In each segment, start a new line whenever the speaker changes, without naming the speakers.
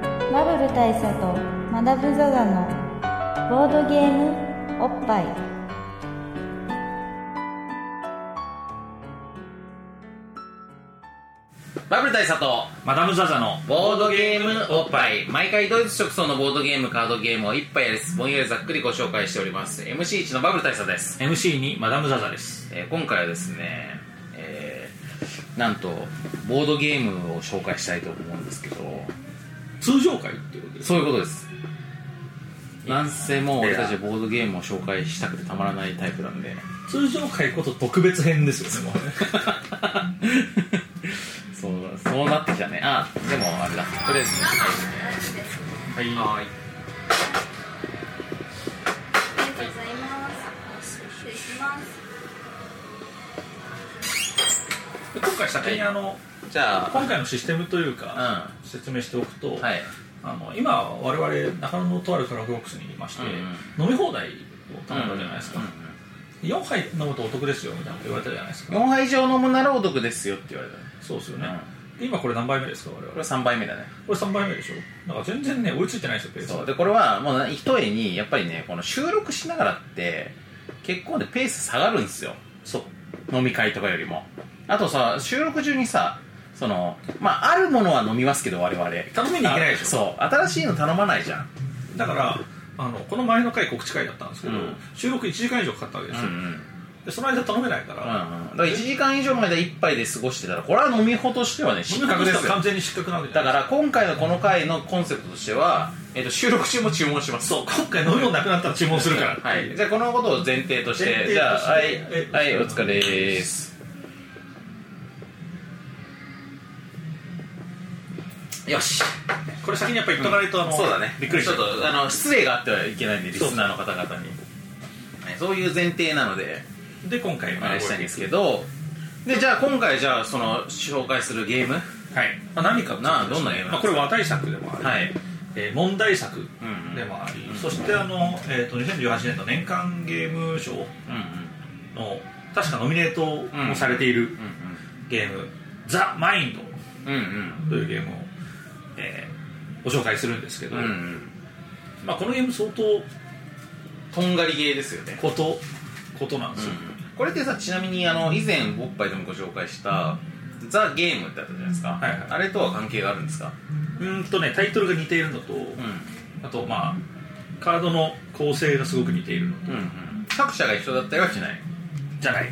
部大佐とマダブザザのボードゲームおっぱい
バブル大佐と
マダム・ザ・ザの
ボードゲームおっぱい毎回ドイツ直送のボードゲームカードゲームを一杯やりつぼんやりざっくりご紹介しております MC1 のバブル大佐です、
MC にマダム・ザ・ザです
えー今回はですね、えーなんとボードゲームを紹介したいと思うんですけど
通常会っていうことです
そういうことですなんせもう俺たちボードゲームを紹介したくてたまらないタイプなんで
通常会こと特別編ですよねもう
そうそうなってきたねあでもあれだとりあえず
は
あ
はい
い
りがとうございます。失礼します。
今回先にあの
じゃ
今回のシステムというか、
あ
説明しておくと、
うんはい
あの今我々中野のとあるカラフボックスにいまして、
う
飲み放題を頼んだじゃないですか、
うんうん
4杯飲むとお得ですよみたいなこと言われたじゃないですか
4杯以上飲むならお得ですよって言われたね
そうですよね、で今これ何杯目ですか我々
これ3杯目だね
これ3杯目でしょなんか全然ね追いついてないですよペース
そうでこれはもうな一重にやっぱりねこの収録しながらって結構ねペース下がるんですよ
そう
飲み会とかよりもあとさ収録中にさそのまああるものは飲みますけど我々
頼みに行けないでしょ
そう新しいの頼まないじゃん
だからあのこの前の回告知会だったんですけど、
うん
収録1時間以上かかったわけですよ、
ん
でその間頼めないか
う
ら、
んだから1時間以上の間1杯で過ごしてたらこれは飲みほとしてはね失格ですよ
完全に失格なわけじゃ
だ
ない
から今回のこの回のコンセプトとしては、えっと収録中も注文します
そう今回飲み物なくなったら注文するから
はい、じゃあこのことを前提として
前提として
じゃあはい
え
はいお疲れですよし
これ先にやっぱ言っとかないと、あの
そうだね
びっくりし
ち
ち
ょ
ゃ
っ
う
とあの失礼があってはいけないんでリスナーの方々にはいそういう前提なので
で今回
お願いしたいんですけどでじゃあ今回じゃあその紹介するゲームは
はい、まあ、何か
などんな映画
まあ、これ話題作でもあり、
い
えー問題作
んうん
でもあり、そしてあの、えー、と2018年の年間ゲーム賞
うんうん
の確かノミネートもされているゲーム「ザ・マインド」
うんうん
というゲームを、えーご紹介するんですけど、
うんうんうん
まあ、このゲーム相当
とんがりゲーですよね
ことことなんですよ、
これってさちなみにあの以前おっぱいでもご紹介した「ザ・ゲーム」ってあったじゃないですか、
はいはい
あれとは関係があるんですか
うーんとねタイトルが似ているのと、
うん
あとまあカードの構成がすごく似ているのと、
うんうん作者が一緒だったりはしない
じゃない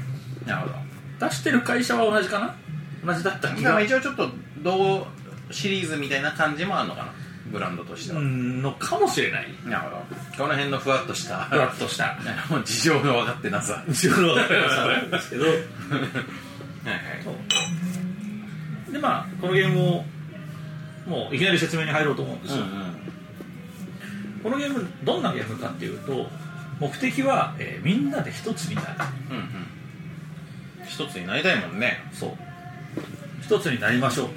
なるほ
出してる会社は同じかな同じだった
ど
気
だか
が
ら一応ちょっと同シリーズみたいな感じもあるのかなブランドとして
う
は、
んのかもしれない
なるほどこの辺のふわっとした
ふわっとした
あの事情の分かってなさ
後ろの方なんですけど
はいはい
でまあこのゲームをもういきなり説明に入ろうと思うんで
う
すよ、
ん
このゲームどんなゲームかっていうと目的は、えーみんなで一つになる
うんうん一つになりたいもんね
そう一つになりましょう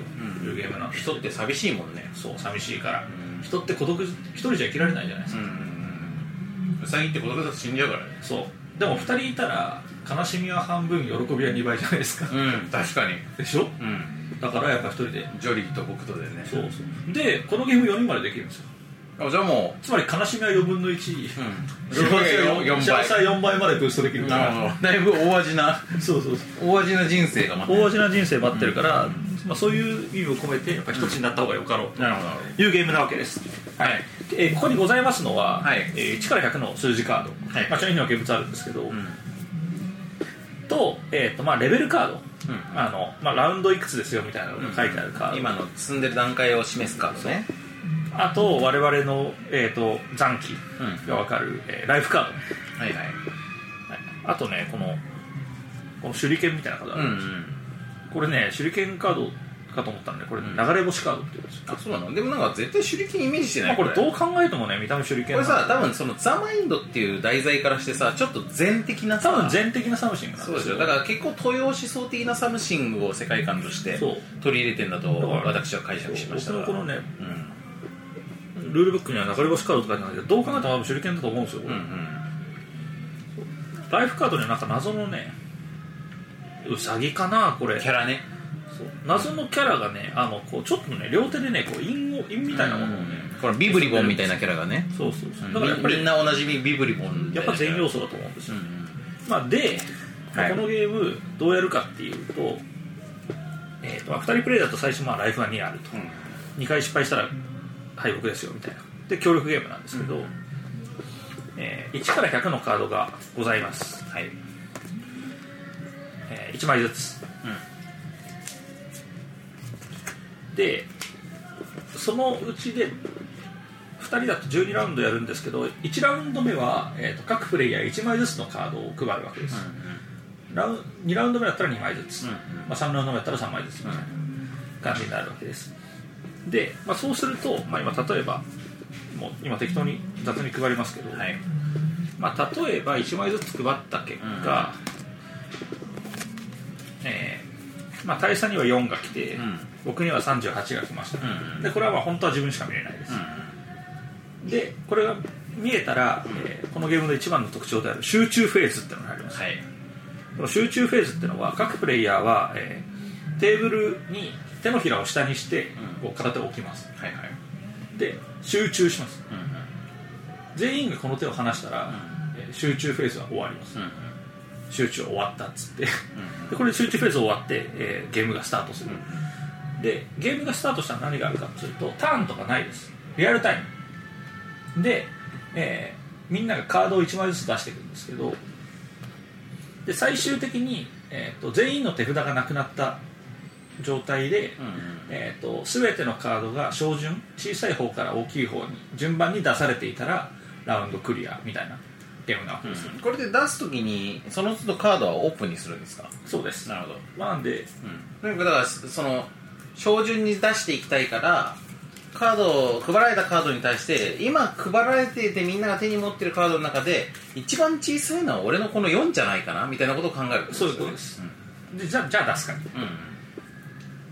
というゲームなんです
人って寂しいもんね
そう寂しいから、
ん
人って孤独一人じゃ生きられないじゃないです
うん
か、
うんうんうさぎって孤独だと死んじゃうからね
そうでも二人いたら悲しみは半分喜びは2倍じゃないですか、
うん確かに
でしょ
うん
だからやっぱ一人で
ジョリーと僕とでね
そうそうでこのゲーム4人までできるんですよ
あじゃあも
つまり悲しみは4分の1
う、うん、
幸せは
4
4
倍
倍までブーストできるか
な
ら
るほどだいぶ大味な
そうそうそう
大味な人生が待って
大味な人生待ってるから、まあ、そういう意味を込めてやっぱ一つになった方がよかろう
なるほどなる
というゲームなわけです、
ほどはい
えーここにございますのは、
はい
えー1から100の数字カード、
はい
まあ、それには現物あるんですけど、
ん
と,、えーとまあ、レベルカード、
ん
あのまあ、ラウンドいくつですよみたいなのが書いてあるカード、
今の進んでる段階を示すカードね
あと我々の、えー、と残機
うん
が分かる、えーライフカード、
はいはい
あとねこのこの手裏剣みたいなカードあ
う
る
ん
ん
う
ですよ
ん
これね手裏剣カードかと思ったんでこれ
ん
流れ星カードって言うんですよ、
あそうなのでもなんか絶対手裏剣イメージして
ま
な
あ、
い
これどう考えてもね見た目手裏剣
これ
なん
さ
で
多分その「ザ・マインド」っていう題材からしてさちょっと禅的なさ
多分全的なサムシングなん
そう
で
ですす
よ
よだから結構豊思想的なサムシングを世界観として
そう
取り入れてんだと
から
私は解釈しましたから
僕のこのね
うん
ルールブックには流れ星カードとかじゃないけどどう考えても多分手裏剣だと思うんですよ、こ
うん
れ
うん
ライフカードにはなんか謎のねウサギかなこれ
キャラね
そう謎のキャラがねあのこうちょっとね両手でねこう印を印みたいなものをね、
うんこのビブリボンみたいなキャラがね
そうそうそうだからやっぱ
み
り
みんなおなじみビブリボン
やっぱ全要素だと思うんですよ、まあ、で、
はい
このゲームどうやるかっていうと,、えー、とまあ2人プレイだと最初まあライフが2あると、2回失敗したら敗北ですよみたいなで協力ゲームなんですけど、えー1から100のカードがございます、はいえ1枚ずつ、でそのうちで2人だと12ラウンドやるんですけど1ラウンド目は、えー、と各プレイヤー1枚ずつのカードを配るわけです、ラウン2ラウンド目だったら2枚ずつ、
うんうん
まあ、3ラウンド目だったら3枚ずつみたいな感じになるわけですで、まあ、そうすると、まあ、今例えばもう今適当に雑に配りますけど、
はい
まあ、例えば1枚ずつ配った結果、えーまあ、大佐には4が来て、
うん
僕には38が来ました、
うん
でこれはまあ本当は自分しか見れないです、でこれが見えたら、えーこのゲームの一番の特徴である集中フェーズっていうのが入ります、
はい
この集中フェーズっていうのは各プレイヤーは、えーテーブルに手のひらを下にしてこう片手を置きます
はいはい
で集中します
うん
全員がこの手を離したら、えー集中フェーズは終わります
うん
集中終わったっつってでこれ集中フェーズ終わって、えーゲームがスタートする、でゲームがスタートしたら何があるかっていうとターンとかないですリアルタイムで、えーみんながカードを1枚ずつ出していくんですけどで最終的に、えー、と全員の手札がなくなった状態で、
うんうん
えー、と全てのカードが小順小さい方から大きい方に順番に出されていたらラウンドクリアみたいなゲームなわけです、
これで出すときにその都度カードはオープンにするんですか
そうです
なるほど
まあなんで
なんかだからその照準に出していきたいからカードを配られたカードに対して今配られていてみんなが手に持ってるカードの中で一番小さいのは俺のこの4じゃないかなみたいなことを考えるって
そういう
よ
こと
ね
です、でじゃあじゃあ出すか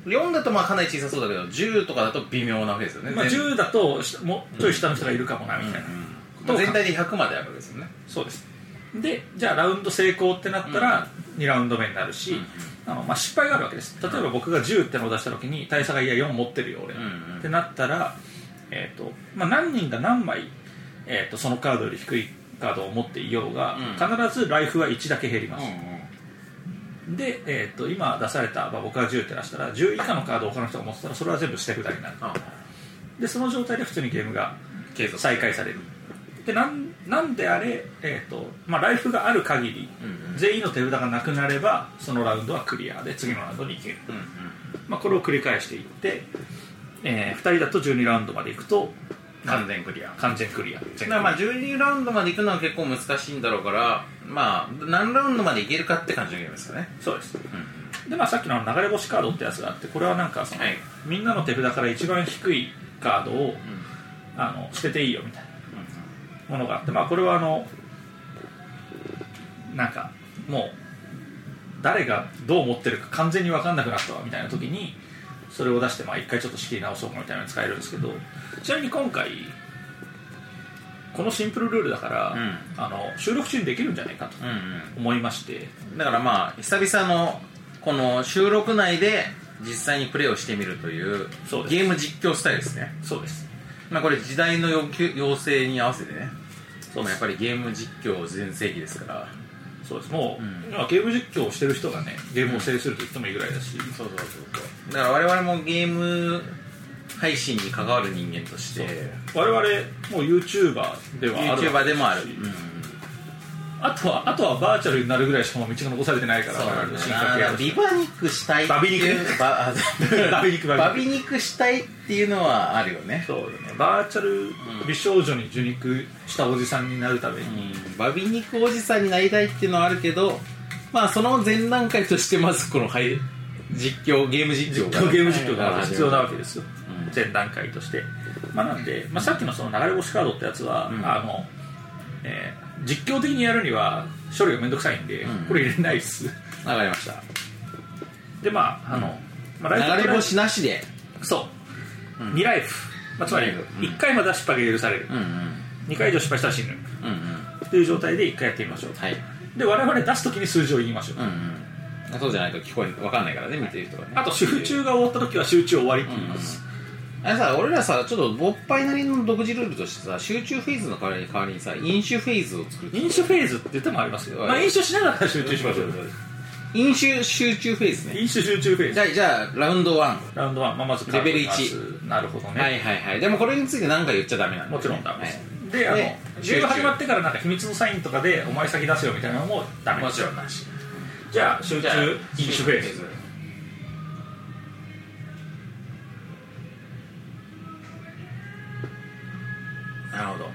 うん4だとまあかなり小さそうだけど10とかだと微妙なわけですよね、
まあ、
全
10だとしもうちょい下の人がいるかもなみたいな、
まあ全体で100まであるわけですよね
そうですでじゃあラウンド成功ってなったら2ラウンド目になるし、あのまあ、失敗があるわけです例えば僕が10ってのを出した時に大佐が「いや4持ってるよ俺」
うんうん
ってなったら、えーとまあ、何人が何枚、えー、とそのカードより低いカードを持っていようが、
うん
必ずライフは1だけ減ります、で、えー、と今出された、まあ、僕が10って出したら10以下のカードを他の人が持ってたらそれは全部捨て札になる
あ
でその状態で普通にゲームが
継続
再開されるでなんなんであれ、えーとまあ、ライフがある限り、
うんうん
全員の手札がなくなればそのラウンドはクリアで次のラウンドに行ける、
うんうん
まあ、これを繰り返していって、え2人だと12ラウンドまで行くと
完全クリア
完全クリア
だからまあ12ラウンドまで行くのは結構難しいんだろうからまあ何ラウンドまで行けるかって感じのゲームですかね
そうです、でまあさっきのあの流れ星カードってやつがあってこれはなんかその、
はい
みんなの手札から一番低いカードを、あの捨てていいよみたいなものがあってまあこれはあのなんかもう誰がどう持ってるか完全に分かんなくなったわみたいな時にそれを出してまあ一回ちょっと仕切り直そうかみたいなのに使えるんですけどちなみに今回このシンプルルールだから、
う
あの収録中にできるんじゃないかと
うん
思いまして、
うんだからまあ久々のこの収録内で実際にプレイをしてみるという
そうです
ゲーム実況スタイルですね
そうです
まあこれ時代の要求要請に合わせてね
そ
まあ
うで
やっ
す
ぱりゲーム実況全盛期ですから
そうですもう、
うん
今ゲーム実況をしてる人がねゲームを制すると言ってもいいぐらいだし、
そうそうそうそうだから我々もゲーム配信に関わる人間として
我々もう YouTuber ではある
YouTuber でもある、うん
あとはあとはバーチャルになるぐらいしかもう道が残されてないから
そうなんだよ
進
な
化
だ
系
か
だ
ら
と
ビバ肉したいっていう
バビ 肉
バ
バビ肉バビ肉
バビ肉したいっていうのはあるよね
そうだねバーチャル美少女に受肉したおじさんになるために、
バビ肉おじさんになりたいっていうのはあるけどまあその前段階としてまずこのはい実況ゲーム実況
実
が
況ゲーム実況が必要なわけ
で
ですよ、
うん
前段階として、まあ、なんで、まあ、さっきのその流れ星カードってやつは、
うん
あのえー実況的にやるには処理がめんどくさいんで、
うん
これ入れないっ
す
す
わかりました
でまああの、まあ、
流れ星なしで
そう、2ライフ、まあ、つまり
うん
1回までは失敗が許される、
うんうん
2回以上失敗したら死ぬ
うんうん
という状態で1回やってみましょう、
はい
で我々出す時に数字を言いましょ
う
う、
んうんそうじゃないと聞こえわかんないからね見てる人がね
あと集中が終わった時は集中終わりって言います、
あれさ俺らさちょっと勃発なりの独自ルールとしてさ集中フェーズの代わりに代わりにさ飲酒フェーズを作る
飲酒フェーズって手もありますよ、
はい
まあ、飲酒しながら集中しましょう
飲酒集中フェーズね
飲酒集中フェー
じゃ
ズ
あじゃあラウンド1、
ラウンド1、まあ、まず
レベル
カードにしますなるほどね、
はいはいはいでもこれについて何か言っちゃダメなんだよね
もちろんダメ
は
です、
い
であの
ね
ゲーム始まってからなんか秘密のサインとかでお前先出せよみたいなのもダメ
もちろんなし
じゃあ集
じ
中
ゃあ
飲酒フェーズ
なるほど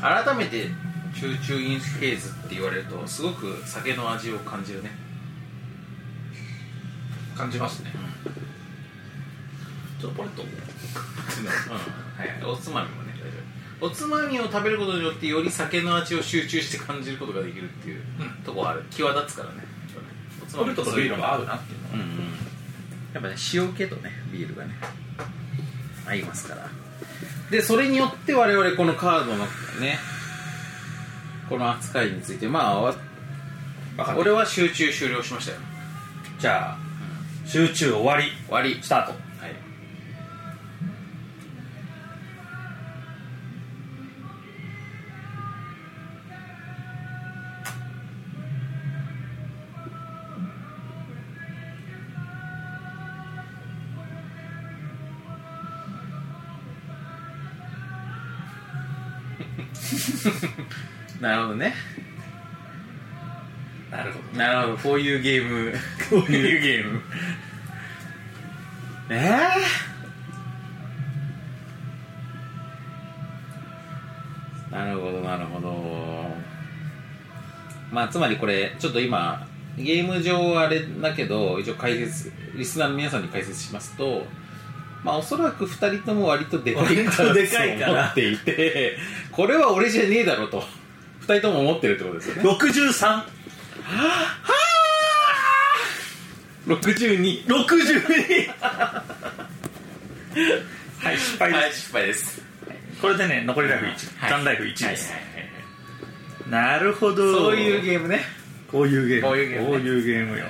改めて集中飲酒フェーズって言われるとすごく酒の味を感じるね
感じますね、ちょっとポレット
うん はいおつまみもね大丈夫おつまみを食べることによってより酒の味を集中して感じることができるっていう
うん
とこはある際立つからねおつま
ポレ
み
ットと
そう
ビ
いう
ール
の
が
は
合うなっていうのは
うんうんやっぱね塩気とねビールがね合いますからでそれによって我々このカードのねこの扱いについてまあわ
分かった
俺は集中終了しましたよ
じゃあ集中終わり
終わり
スタート
はいなるほどね
なるほど
なるほどこういうゲームこういうゲーム ええなるほどなるほどまあつまりこれちょっと今ゲーム上はあれだけど一応解説リスナーの皆さんに解説しますとまあおそらく2人とも割とでかいカードを
割とでかいから
持っていてこれは俺じゃねえだろと2人とも思ってるってことですよね
63
62
62はい失敗です、
はい失敗です
これでね残りライフ1、
はい
ガンライフ1
はい
です、
はいはいはい
なるほど
そういうゲームね
こういうゲーム
こういうゲームね
こういうゲームよ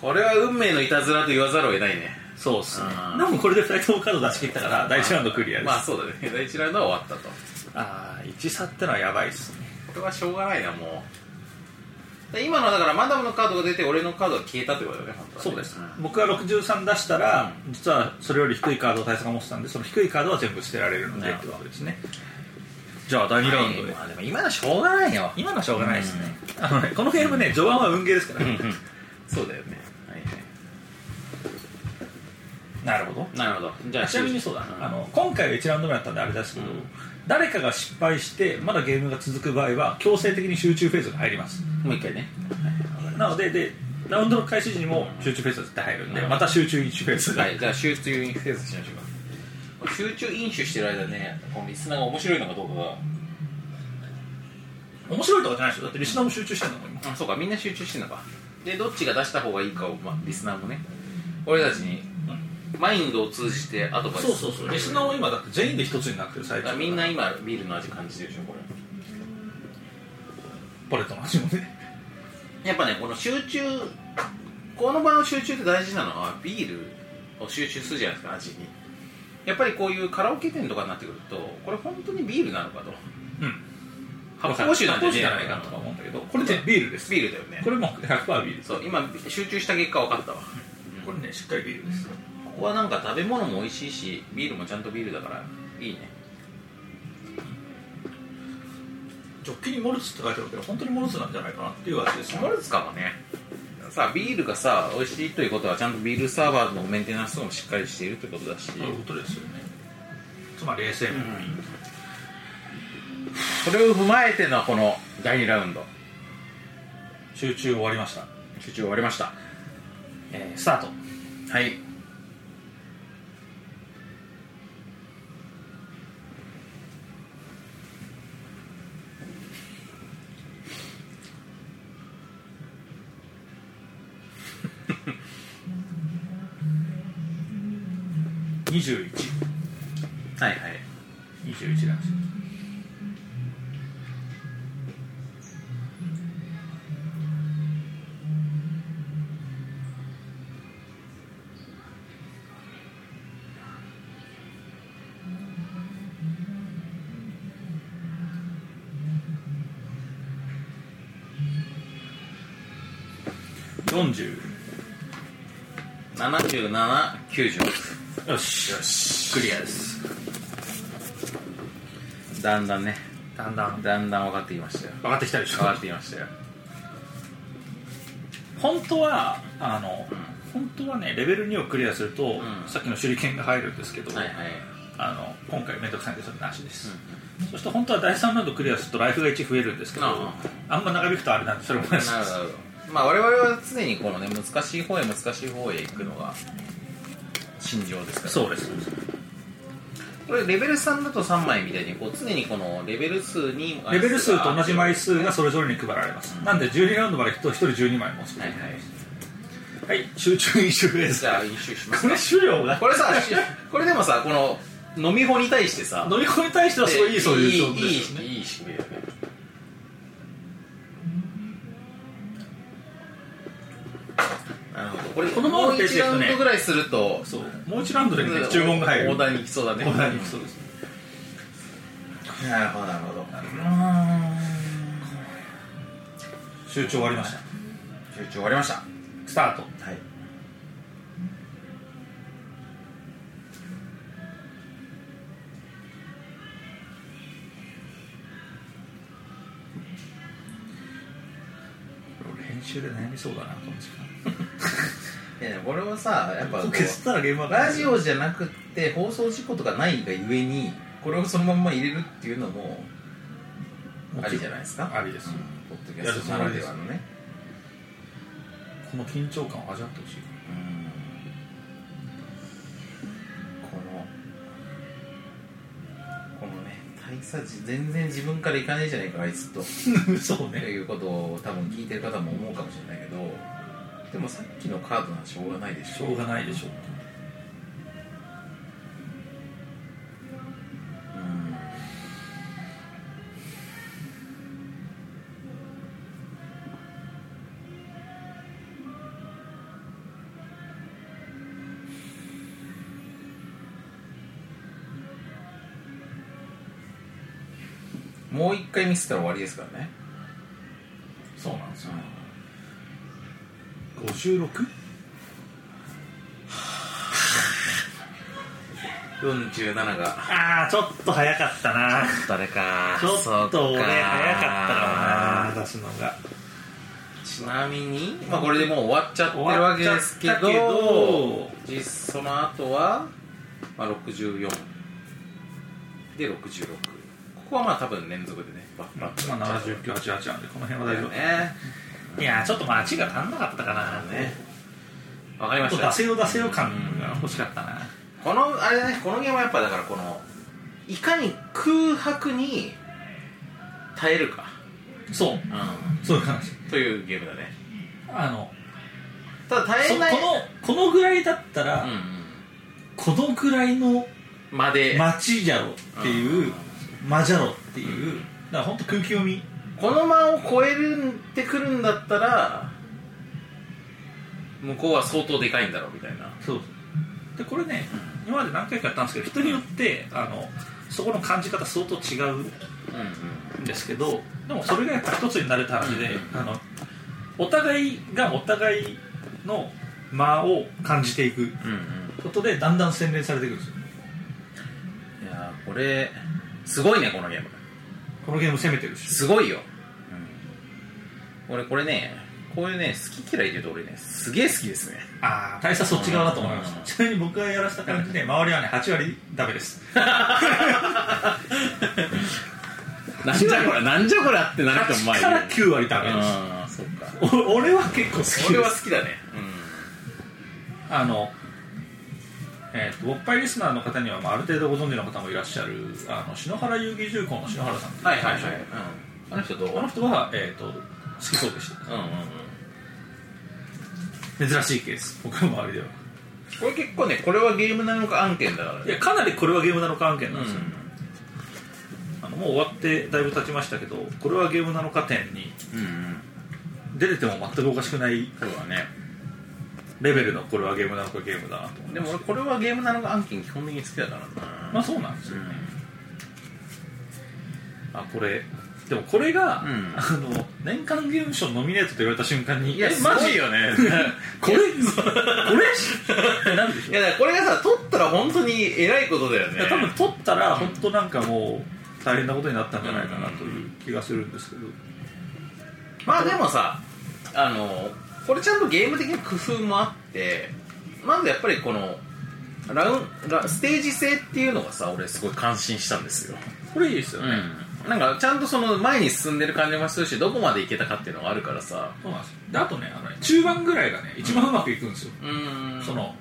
これは運命のいたずらと言わざるを得ないね
そうっすね
あー
でもこれで2人ともカード出し切ったから第1ラウンドクリアです、
まあ
あ
そうだね第一ラウンドは終わったと
あー1差ってのはやばいっすね
これはしょうがないなもうで今のはだからマダムのカードが出て俺のカードが消えたってことだよね本当はねん
僕は63出したら、実はそれより低いカードを大佐が持ってたんでその低いカードは全部捨てられるの
な
で
る
っ
ほ
て
ど
ことですねじゃあ第2ラウンドで、
まあでも今のはしょうがないよ
今のはしょうがないですね、あのねこのゲームね序盤は運ゲーですから、
そうだよねはいは
なるほど
いなるほどじゃあ
ちなみにそうだ、
ん
あの今回は1ラウンド目だったんであれですけど、
うん
誰かが失敗してまだゲームが続く場合は強制的に集中フェーズが入ります
もう一回ね
なのででラウンドの開始時にも集中フェーズが絶対入るんで、
うん
また集中飲酒フェーズが、
はいじゃあ集中飲酒フェーズしましょうか集中飲酒してる間ねこのリスナーが面白いのかどうかが
面白いとかじゃないでしょだってリスナーも集中してんだもん今
あそうかみんな集中してんのかでどっちが出した方がいいかを、まあ、リスナーもね俺たちにマインドを通じてアドバイス
そうそうそうリスナーも今だって全員で一つになってる最
だか
中
らみんな今ビールの味感じてるでしょこれ
ポレットの味もね
やっぱねこの集中この場の集中って大事なのはビールを集中するじゃないですか味にやっぱりこういうカラオケ店とかになってくるとこれ本当にビールなのかと
うん
発泡酒なんて
発
ね
泡酒じゃないかとか思うんだけどこれねビールです
ビールだよね
これもう100%ビールです
そう今集中した結果分かったわ
これねしっかりビールです
ここはなんか食べ物も美味しいしビールもちゃんとビールだからいいね
ジョッキにモルツって書いてあるけど本当にモルツなんじゃないかなっていう味です
モルツかもねさあビールがさ美味しいということはちゃんとビールサーバーのメンテナンスとかもしっかりしているということだし、
そういうことですよねつまり冷静もいい、
それを踏まえてのこの第2ラウンド
集中終わりました、
集中終わりました
えースタート
はい
2121
はいはい
21なんです40
7790
よし
よしクリアですだんだんね
だんだん
だんだん分かってきましたよ
分かってきたでし
分
ょ
かってきましたよ
本当はあの、本当はねレベル2をクリアすると、
ん
さっきの手裏剣が入るんですけど、
はいはい
あの今回面倒くさいんでそれなしです、そして本当は第3ラウンドクリアするとライフが1増えるんですけど、
あ
あんま長引くとあれなんでそれもなしです
なるほどまあ我々は常にこのね難しい方へ難しい方へ行くのが心情ですから
そうです
これレベル3だと3枚みたいにこう常にこのレベル数に
レベル数と同じ枚数がそれぞれに配られます、なんで12ラウンドまで行くと1人12枚持つ
はいはい
はい、集中飲酒フェーズ
じゃあ飲酒します
これ資料が
これさ しこれでもさこの飲み法に対してさ
飲み込みに対してはすごいいいそういう勝負ですよね
いいいいいい仕組みだよねなるほどこれ
このままの
もう
ペースでい
1ラ
くとね
ウンドぐらいすると
そうもう1ラウンドで、ね、注文が入る
オーダーに来そうだね
オーダーにそうです
なるほどなるほど
集中終わりました
集中終わりました
スタート
はい
練習で悩みそうだなこの時
いやこれはさやっぱ
間
こう
消したらゲームは
ラジオじゃなくって放送事故とかないがゆえにこれをそのまんま入れるっていうのもありじゃないですか
ありです、
ポッドキャストならではのね
この緊張感を味わってほしい
うんこのこのね大差じ全然自分からいかねえじゃないかあいつと
そう
ということを多分聞いてる方も思うかもしれないけどでもさっきのカードなんしょうがないでし
し
ょ
ょうがないでしょう
うんもう一回ミスったら終わりですからね。
そうなんですよ、56?
47が。
ああちょっと早かったな
誰か。
ちょっと俺早かったかもな出すのが
ちなみに、まあ、これでもう終わっちゃってるわけですけど
終わっちゃった
実その後は、まあ、64で66ここはまあ多分連続でねバッバッ
けどまあ7988なんでこの辺は
だよ
大丈夫、
ね
いやーちょっと待ちが足んなかったかな
ねわかり
ちょ
ま
っと
した
出せよう出せよう感が欲しかったな
このあれだねこのゲームはやっぱだからこのいかに空白に耐えるか、
そう
う
そういう話
ん、というゲームだね
あの
ただ
そ
耐え
こ
ない
のこのぐらいだったら、
うん
このぐらいの
うん、まで
街じゃろっていう、間じゃろっていうだから本当空気読み
この間を超えるってくるんだったら向こうは相当でかいんだろうみたいな
そうでこれね今まで何回かやったんですけど人によってあのそこの感じ方相当違う
うん
んですけどでもそれがやっぱ一つになれた話で、
うん
あのお互いがお互いの間を感じていく
うんうん
ことでだんだん洗練されていくんですよ
いやーこれすごいねこのゲーム
このゲーム攻めてるし
すごいよ、俺これねこういうね好き嫌いで言うと俺ねすげえ好きですね
ああ大差そっち側だと思いまし
うん
たちなみに僕がやらせた感じで周りはね8割ダメです
なんじゃこれなんじゃこれってなると
8
思う
から9割ダメです
ああそっか
お俺は結構好きです
俺は好きだね
あの、えー、とおっぱいリスナーの方には、まあ、ある程度ご存知の方もいらっしゃるあの篠原遊戯重工の篠原さんって
う
うん方
はいはいはい、うん、あの人どう
あの人は、えー、と好きそうでし
うんうんうん
た珍しいケース僕の周りでは
これ結構ねこれはゲームなのか案件だから
い
ね
やかなりこれはゲームなのか案件
う
なんですよ、
ん
あのもう終わってだいぶ経ちましたけどこれはゲームなのか店に
うんうん
出てても全くおかしくない
そうだね
レベルのこれはゲームなのかゲームだなと思
でも俺これはゲームなのか案件基本的に好きだからな
まあそうなんです
う
よ
ん
あこれでもこれが、
うん
あの年間ゲーム賞ノミネートと言われた瞬間に
いや
え
すごい
マジ
よね
これこ れなんでし ょ
いやだからこれがさ取ったら本当にえらいことだよ
うい
ね
や多分取ったら本当なんかもう大変なことになったんじゃないかなという気がするんですけど、
まあでもさあのこれちゃんとゲーム的な工夫もあってまずやっぱりこのラウンラステージ性っていうのがさ俺すごい感心したんですよ
これいいですよね、
うんなんかちゃんとその前に進んでる感じもするしどこまでいけたかっていうのがあるからさ
そうなんですよであとねあのね中盤ぐらいがね一番うまくいくんですよ、
うん
その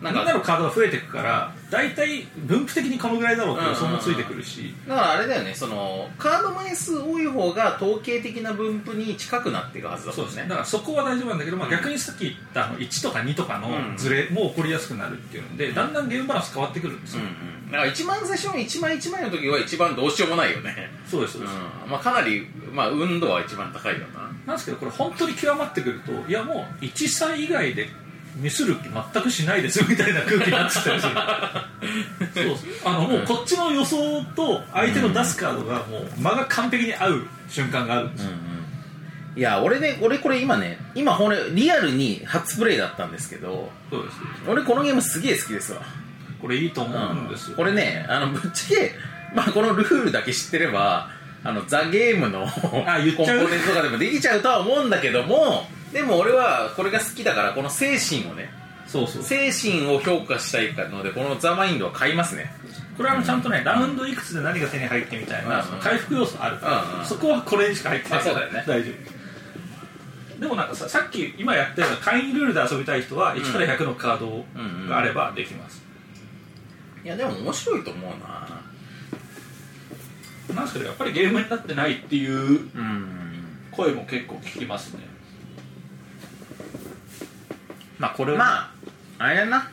な
み
ん
ん
か
なのカードが増えていくから大体分布的にこのぐらいだろうって予想もついてくるし、
だからあれだよねそのカード枚数多い方が統計的な分布に近くなっていくはずだ
そ
も
うんですね
ね
だからそこは大丈夫なんだけど、まあ、逆にさっき言ったあの1とか2とかの
うん
ズレも起こりやすくなるっていうので、だんだんゲームバランス変わってくるんです
う
よ、
んうんだから一番最初の1枚1枚の時は一番どうしようもないよね
そうですそうです、
うんまあ、かなり、まあ、運動は一番高いよな
なんですけどこれ本当に極まってくるといやもう1歳以外でミスる気全くしないですみたいな空気になってきたり するそうあのもうこっちの予想と相手の出すカードがもう間が完璧に合う瞬間があるんですよ、
いや俺ね俺これ今ね今これリアルに初プレイだったんですけど
そうですそうです
俺このゲームすげえ好きですわ、
これいいと思うんですよ、
これねあのぶっちゃけ、まあ、このルールだけ知ってればあのザ・ゲームの
あ言っちゃう
コンポーネントとかでもできちゃうとは思うんだけどもでも俺はこれが好きだからこの精神をね
そうそう
精神を評価したいのでこのザ・マインドは買いますね
これはあのちゃんとね、ラウンドいくつで何が手に入ってみたいな、
うん
その回復要素あるから、
うんうん
そこはこれにしか入ってないから
あそうだよね
大丈夫でもなんかささっき今やったような会員ルールで遊びたい人は1から100のカードがあればできます、
いやでも面白いと思うな
なんですけどやっぱりゲームになってないっていう
うん
声も結構聞きますねまあこれは、
まああれだな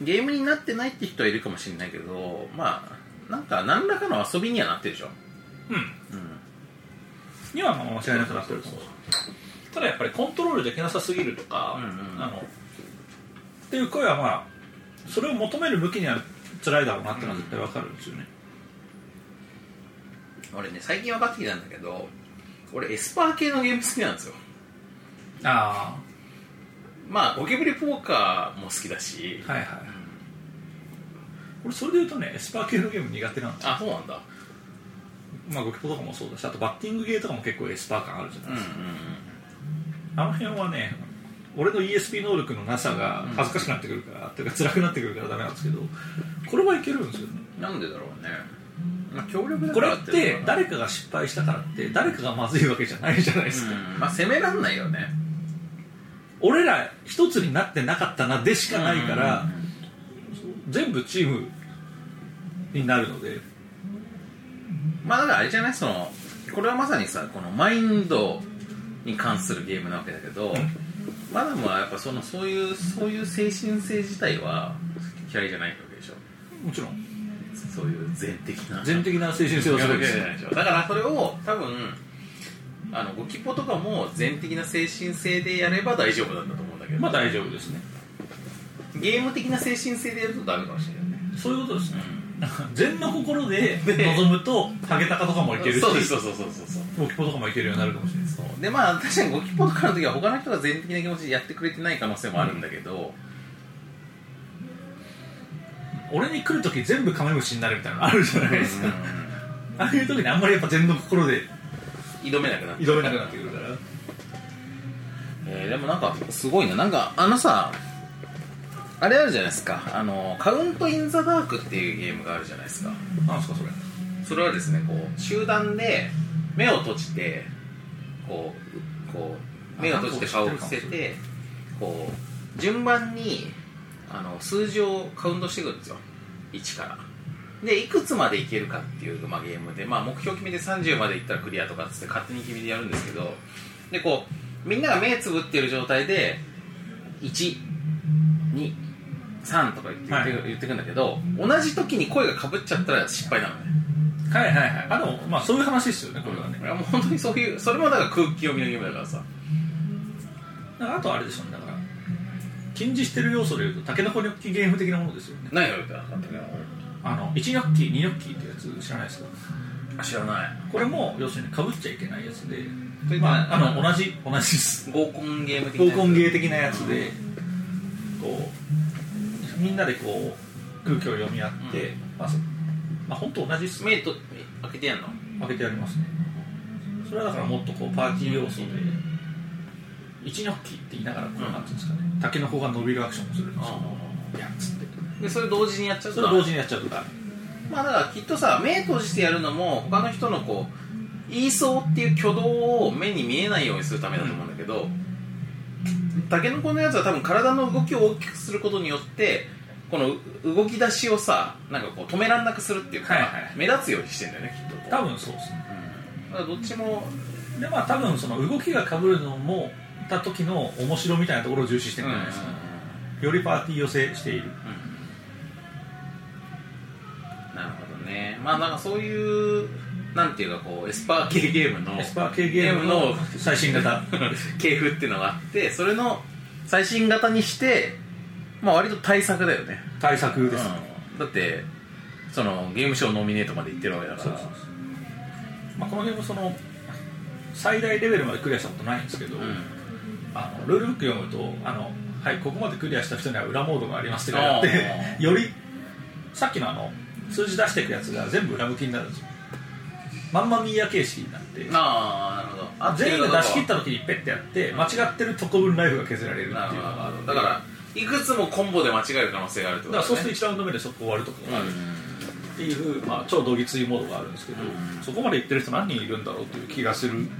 ゲームになってないって人はいるかもしれないけどまあなんか何らかの遊びにはなってるでしょ
うん
うん
にはまあ間違いなくなってると思うただやっぱりコントロールできなさすぎるとか、
うんうん
あのっていう声はまあそれを求める向きには辛いだろうなってのは絶対わかるんですよね、
俺ね最近分かってきたんだけど俺エスパー系のゲーム好きなんですよ
あ
まあゴキブリポーカーも好きだし
あはいはい俺それで言うとねエスパー系のゲーム苦手なんですよ
あそうなんだ
まあゴキポとかもそうだしあとバッティングゲーとかも結構エスパー感あるじゃな
う
い
んう
で
ん
すか、あの辺はね俺の ESP 能力のなさが恥ずかしくなってくるから、というか辛くなってくるからダメなんですけどこれはいけるんですよね
うんなんでだろうねまあ協力だ
こ
か
れ
ら
って
のかな
誰かが失敗したからって誰かがまずいわけじゃないじゃないですか、
うんまあ責めらんないよね
俺ら一つになってなかったなでしかないから、
うん
全部チームになるので
まあだからあれじゃないそのこれはまさにさこのマインドに関するゲームなわけだけど、マダムはやっぱそのそういうそういう精神性自体は嫌いじゃないわけでしょ
もちろん
そういう全的な
全的な精神性
嫌
はい
じ
す
ゃ
ごいで
な
す
いでしょだからそれを多分あのゴキポとかも全的な精神性でやれば大丈夫なんだと思うんだけど、
まあ大丈夫ですね
ゲーム的な精神性でやるとダメかもしれないね、
そういうことですね禅の心で臨むとハゲタカとかもいけるし
そうですそうそうそうそうそう
ゴキポとかもいけるようになるかもしれないです
でまあ確かにゴキポとかの時は他の人が全的な気持ちでやってくれてない可能性もあるんだけど、
俺に来るとき全部カメムシになるみたいなのあるじゃないですか、
うん
ああいうときにあんまりやっぱ禅の心で
挑めなくなっ
挑めなくなってくるから
えーでもなんかすごいななんかあのさあれあるじゃないですかあのカウント・イン・ザ・ダークっていうゲームがあるじゃないですか
なんですかそれ
それはですねこう集団で目を閉じてこうこう目を閉じて顔を伏せてこう順番にあの数字をカウントしていくんですよ1からでいくつまでいけるかっていう、まあ、ゲームで、まあ、目標決めて30までいったらクリアとかっつって勝手に決めてやるんですけどでこうみんなが目つぶってる状態で123とか言って,、
はい
言ってくんだけど同じ時に声がかぶっちゃったら失敗なのね
はいはいはいあのまあそういう話ですよねこれはね、
いやもう本当にそういうそれもだから空気読みの夢だからさ
だからあとあれでしょうねだから禁じしてる要素でいうとタケノコニョッキゲーム的なものですよね
何を言ってなかったっけな
あの1ニョッキ2ニョッキってやつ知らないですかあ知らないこれも要するにかぶっちゃいけないやつで、
という
まあ、あ
ま
の同じ同じです
合コンゲーム的な
合
やつ
コン芸的なやつでこうみんなでこう空気を読み合って、まあそまあ本当同じっすね
目と開けてやんの
負けてやりますねそれはだからもっとこうパーティー要素で一ノッキーって言いながらこう
うん
なんていうんですかねタケノコが伸びるアクションをするんですけどやっつって
でそれ同時にやっちゃう
そ
と
れを同時にやっちゃうとか
まあだからきっとさ目閉じてやるのも他の人のこう言いそうっていう挙動を目に見えないようにするためだと思うんだけど、タケノコのやつは多分体の動きを大きくすることによってこのう動き出しをさなんかこう止めらんなくするっていうか、
はいはい
目立つようにしてんだよねきっと
多分そうですね
だからどっちも
でまあ多分その動きが被るのもた時の面白みたいなところを重視してるんじゃないですか、よりパーティー寄せしている
うんなるほどねまあなんかそういうなんていうかこうエスパー系ゲームの
エスパー系ゲームの最新型
系譜っていうのがあってそれの最新型にしてまあ割と対策だよね
対策ですね、
うんだってそのゲームショーノミネートまで行ってるわけだか
そう
ら
そうそうまあ、このゲームその最大レベルまでクリアしたことないんですけど、
うん
あのルールブック読むとあの、はい、ここまでクリアした人には裏モードがありますって書いてあっ
あ
て よりさっきのあの数字出していくやつが全部裏向きになるんですよまんまミーヤ形式になって
ああなるほどあ
全員が出し切っ
った
時にペッてやって間違ってるとこ分ライフが削られるっていう
てなる
の
ほ
がある
どだからいくつもコンボで間違える可能性があるって
だ
こと
から
だ
そうす
ね
ると1ラウンド目でそこ終わるとかがある
う
っていう、まあ、超同義追モードがあるんですけど、
うん
そこまでいってる人何人いるんだろうっていう気がする
んうんうん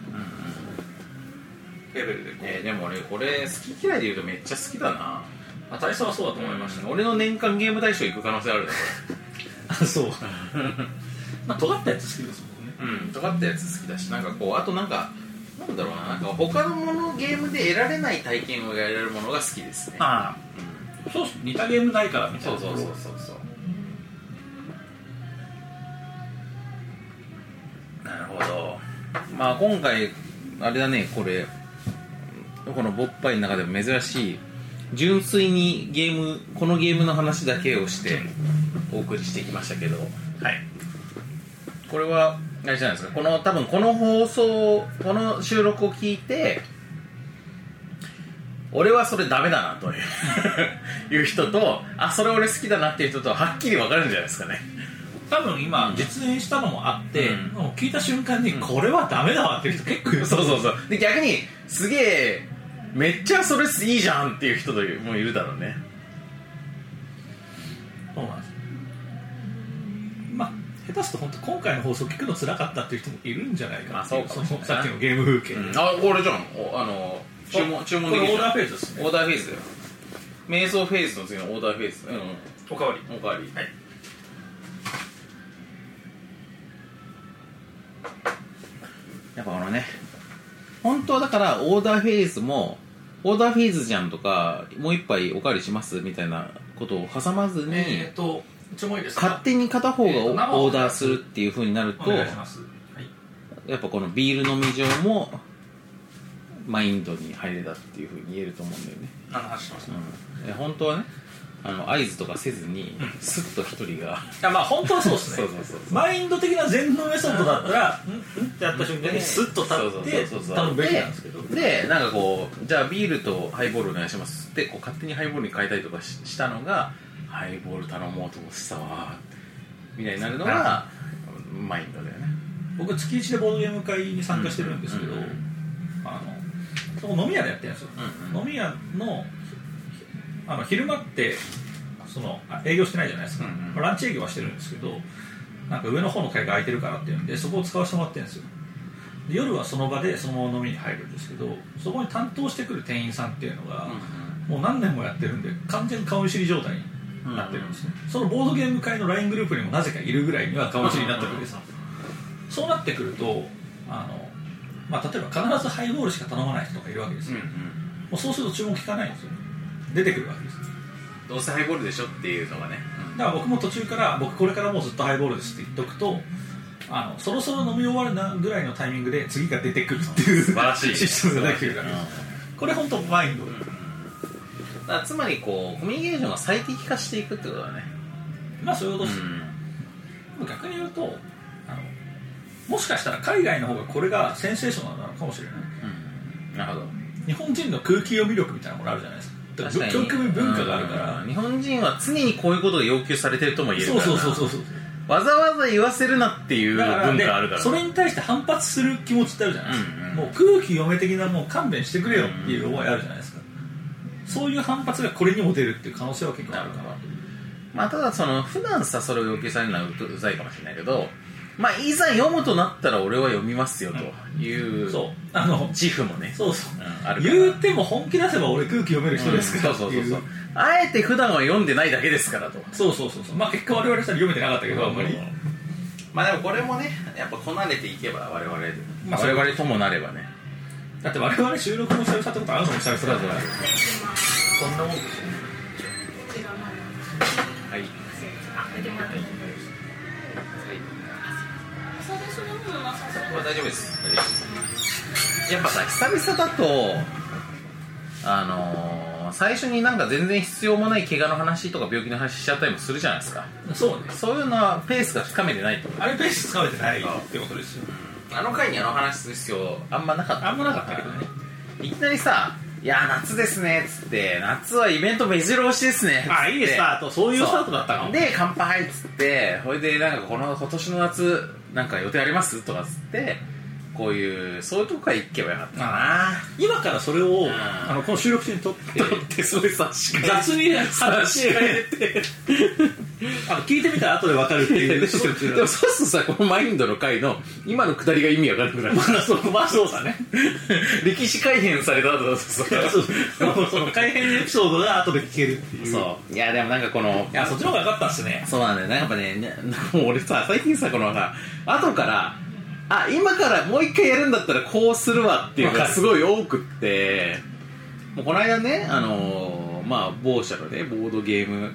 レベルでこう、
えーでも俺これ好き嫌いで言うとめっちゃ好きだな
まあ、大佐はそうだと思いましたね、
俺の年間ゲーム大賞行く可能性あるね
あそうまあ尖ったやつ好きですもんね
これうん尖ったやつ好きだしなんかこうあとなんかなんだろうななんか他のものゲームで得られない体験を得られるものが好きですね
ああそうっす似たゲームないからみたい
そ
な
うそうそう
とこ
そうそうなるほどまあ今回あれだねこれこのボッパイの中でも珍しい純粋にゲームこのゲームの話だけをしてお送りしてきましたけど
ろはい
これはあれじゃないですかこの多分この放送この収録を聞いて俺はそれダメだなといういう 人とあそれ俺好きだなっていう人とはっきり分かるんじゃないですかね
多分今実演したのもあって、
うん
もう聞いた瞬間にこれはダメだわっていう人結構い る
そうそうそうで逆にすげえめっちゃそれいいじゃんっていう人ともいるだろうね
そうなんですまあ下手すと本当今回の放送聞くの辛かったっていう人もいるんじゃないかなってい
まあそうかもしれ
の
ない
さっきのゲーム風景、
あ俺じゃんおあの注文注文
こ
で
れ
き
オ
るじ
ーダ
ゃ
ー
ん
フェーズですね
オーダーフェーズだよ瞑想フェーズの次のオーダーフェーズう
おかわり
んおかわり
はい
やっぱこのね本当はだからオーダーフェーズもオーダーフェーズじゃんとかもう一杯おかわりしますみたいなことを挟まずに、
えっ、ー、と注文いいですか
勝手に片方が
えーと生を
オーダーするっていう風になる
お
と
願いします、はい
やっぱこのビール飲み場もマインドに入れたっていう風に言えると思うんだよね、
何の話しますか、
うん、本当はねあの合図とかせずにスッと一人が
いやまあ本当はそうですね
そうそうそうそう
マインド的な全能メソッドだったらうんうんってやった瞬間にスッと立
そうそう
って
そうそう
多分べきなんですけど
でなんかこうじゃあビールとハイボールお願いしますってこう勝手にハイボールに変えたりとかししたのがハイボール頼もうと思ってたわみたいになるのがマインドだよね
僕月一でボードゲーム会に参加してるんですけど、
うんうんうん
あのそこ飲み屋でやってるんですよ、
うんうん
飲み屋のあの昼間ってそのあ営業してないじゃないですか、
うんうん
ランチ営業はしてるんですけどなんか上の方の階が空いてるからっていうんでそこを使わせてもらってるんですよで夜はその場でそのまま飲みに入るんですけどそこに担当してくる店員さんっていうのが、もう何年もやってるんで完全に顔見知り状態になってるんですね、そのボードゲーム会の LINE グループにもなぜかいるぐらいには顔見知りになってるわけですよそうなってくるとあの、まあ、例えば必ずハイボールしか頼まない人とかいるわけですよ、もうそうすると注文聞かないんですよ出てくるわけです
どうせハイボールでしょっていうのがね、
だから僕も途中から僕これからもうずっとハイボールですって言っとくとあのそろそろ飲み終わるなぐらいのタイミングで次が出てくるっていう
素晴らしい
システムができてるからこれ本当マインドで
だからつまりこうコミュニケーションが最適化していくってことだね
まあそういうことですよ
ん
逆に言うとあのもしかしたら海外の方がこれがセンセーショナルなのかもしれない
なるほど
日本人の空気読み力みたいなものあるじゃないですか
確かに
教育文化があるから、
うん日本人は常にこういうことが要求されてるとも言える
そ
から
うそうそうそうそう
わざわざ言わせるなっていう
だ
文
からね
化あるから
それに対して反発する気持ちってあるじゃないですか、
うんうん
もう空気読め的なもう勘弁してくれよっていう思いあるじゃないですか、そういう反発がこれにも出るっていう可能性は結構あるかな
まあただその普段さそれを要求されるのはううざいかもしれないけどまあいざ読むとなったら俺は読みますよという
そうあの
自負もね
そうそう、
うんあるから
言うても本気出せば俺空気読める人ですからって
そうそう
い
そう
う
そうあえて普段は読んでないだけですからと
そうそうそうそうまあ結果我々は読めてなかったけどあんまり
まあでもこれもねやっぱこなれていけば我々で、
まあ
我々ともなればね
だって我々収録も久々ってことあるのも久々だから
は
できます
こんなもんですよ
こちらまで
い
あ、できますそれそれもなさそう
まあ大丈夫ですやっぱさ久々だとあのー最初になんか全然必要もない怪我の話とか病気の話しちゃったりもするじゃないですか
そうね
そういうのはペースがつかめてないと思う
あれペース使われてないってことですよ
あの回にあの話する必要あんまなかった
あんまなかったけどね
いきなりさ「いや夏ですね」っつって「夏はイベント目白押しですね」っつって
あいいスタートそういうスタートだったかも
で乾杯っつってほいでなんかこの今年の夏なんか予定ありますとかっつってこういうそういうとこから行けばよかったな
今からそれを、
ん
あのこの収録中に撮って
ってそれ差し
雑に話し合えてあの聞いてみたら後で分かるってい
で
う
もそうするとさこのマインドの回の今のくだりが意味わからなくなる
まあそうまあそうだね
歴史改変された後だとさ
そうそうその改変エピソードが後で聞けるっていう
そういやでもなんかこの
いやそっちの方が良かったっすね
そうなんだよねやっぱねね もう俺さ最近さこのさ後からあ今からもう一回やるんだったらこうするわっていうの
わ
が
かる
すごい多くってもうこの間ねあのーまあ某社のねボードゲーム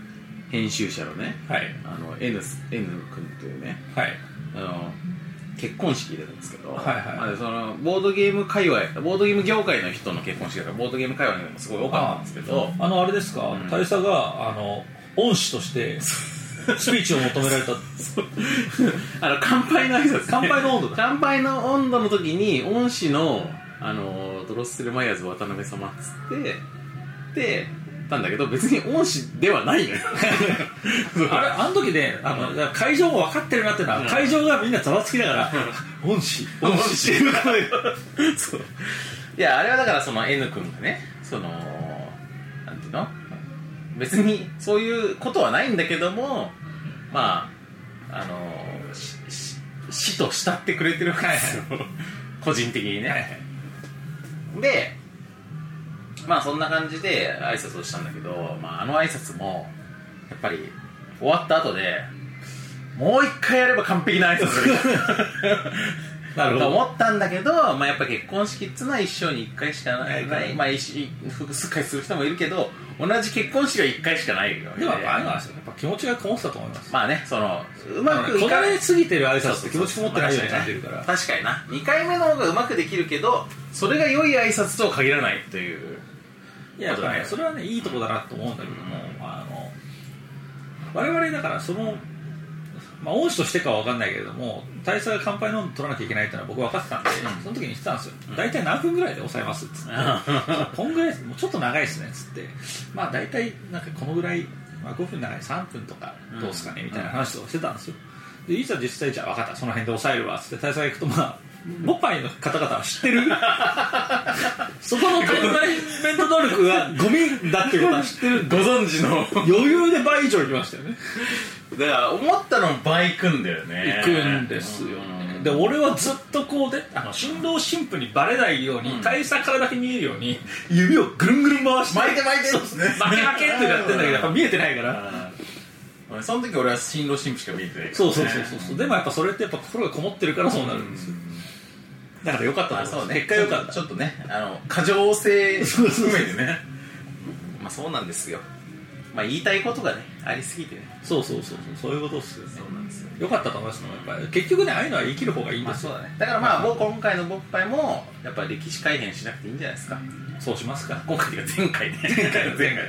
編集者のね
はい
あの N, N 君というね
はい
あの結婚式だったんですけど、
はいはい
まあそのボードゲーム界隈ボードゲーム業界の人の結婚式だからボードゲーム界隈にもすごい多かったんですけど
あのあれですか
ん
大佐があの恩師としてスピーチを求められた
あの乾杯の挨拶、ね、
乾杯の温度だ
乾杯の温度の時に恩師のあのドロッセルマイヤーズ渡辺様っつってでたんだけど別に恩師では ないのよそう
あれあの時ねあのだから会場も分かってるなっていうのは、
うん
会場がみんなざわつきながら「恩師恩師」
そういやあれはだからその N 君がねそのなんていうの別にそういうことはないんだけどもまああのしし死と慕ってくれてるわけですよ個人的にね、でまあそんな感じで挨拶をしたんだけど、まあ、あの挨拶もやっぱり終わった後でもう一回やれば完璧な挨拶だ
なるほ
と
ど
思ったんだけど、まあ、やっぱ結婚式っつうのは一生に一回しかな
ない
い、
から
まあ、一複数回する人もいるけど同じ結婚式は一回しかないよ
でもやっぱあれなんですよやっぱ気持ちがこもってたと思います
まあねそのうまくい
こ
か
な
ない
れすぎてる挨拶って気持ちこもってないようになってるから
確かにな2回目の方がうまくできるけどそれが良い挨拶とは限らないという
いやだからねそれはねいいとこだなと思うんだけども、あの我々だからその、まあ、恩師としてかは分かんないけれども大佐が乾杯の取らなきゃいけないっていうのは僕分かってたんで、その時に言ってたんですよ大体何分ぐらいで抑えますっつってこんぐらいですもうちょっと長いですねっつってまあ大体なんかこのぐらい、まあ、5分長い3分とかどうですかね、みたいな話をしてたんですよでいざ実際じゃあ分かったその辺で抑えるわっつって大佐が行くとまあボパイの方々は知ってるそこのタイムライメント能力がゴミだっていうことは知ってる
ご存知の
余裕で倍以上行きましたよね
だから思ったの倍いくんだよね
行くんですよねで俺はずっとこうであの新郎新婦にバレないように、大佐からだけ見えるように指をぐるんぐるん回して
巻いて巻いて
そうですね負け負けってやってんだけどやっぱ見えてないから
うんその時俺は新郎新婦しか見えてないから
そうそうそうそうそうでもやっぱそれってやっぱ心がこもってるからそうなるんですよだからよかった
ま
な
あそうね
結果よかった
ちょっとねあの過剰性含めてねまあそうなんですよまあ言いたいことがねありすぎてね
そうそうそうそうそういうことっすよね
うなんですよ
よかったと思いますねやっぱり結局ねああいうのは生きる方がいいん
ま
で
あ
す
そ
よ、
うだねだからまあもう今回の勃発もやっぱり歴史改変しなくていいんじゃないですか
そうしますか
今回が前回ね前回の前回だけど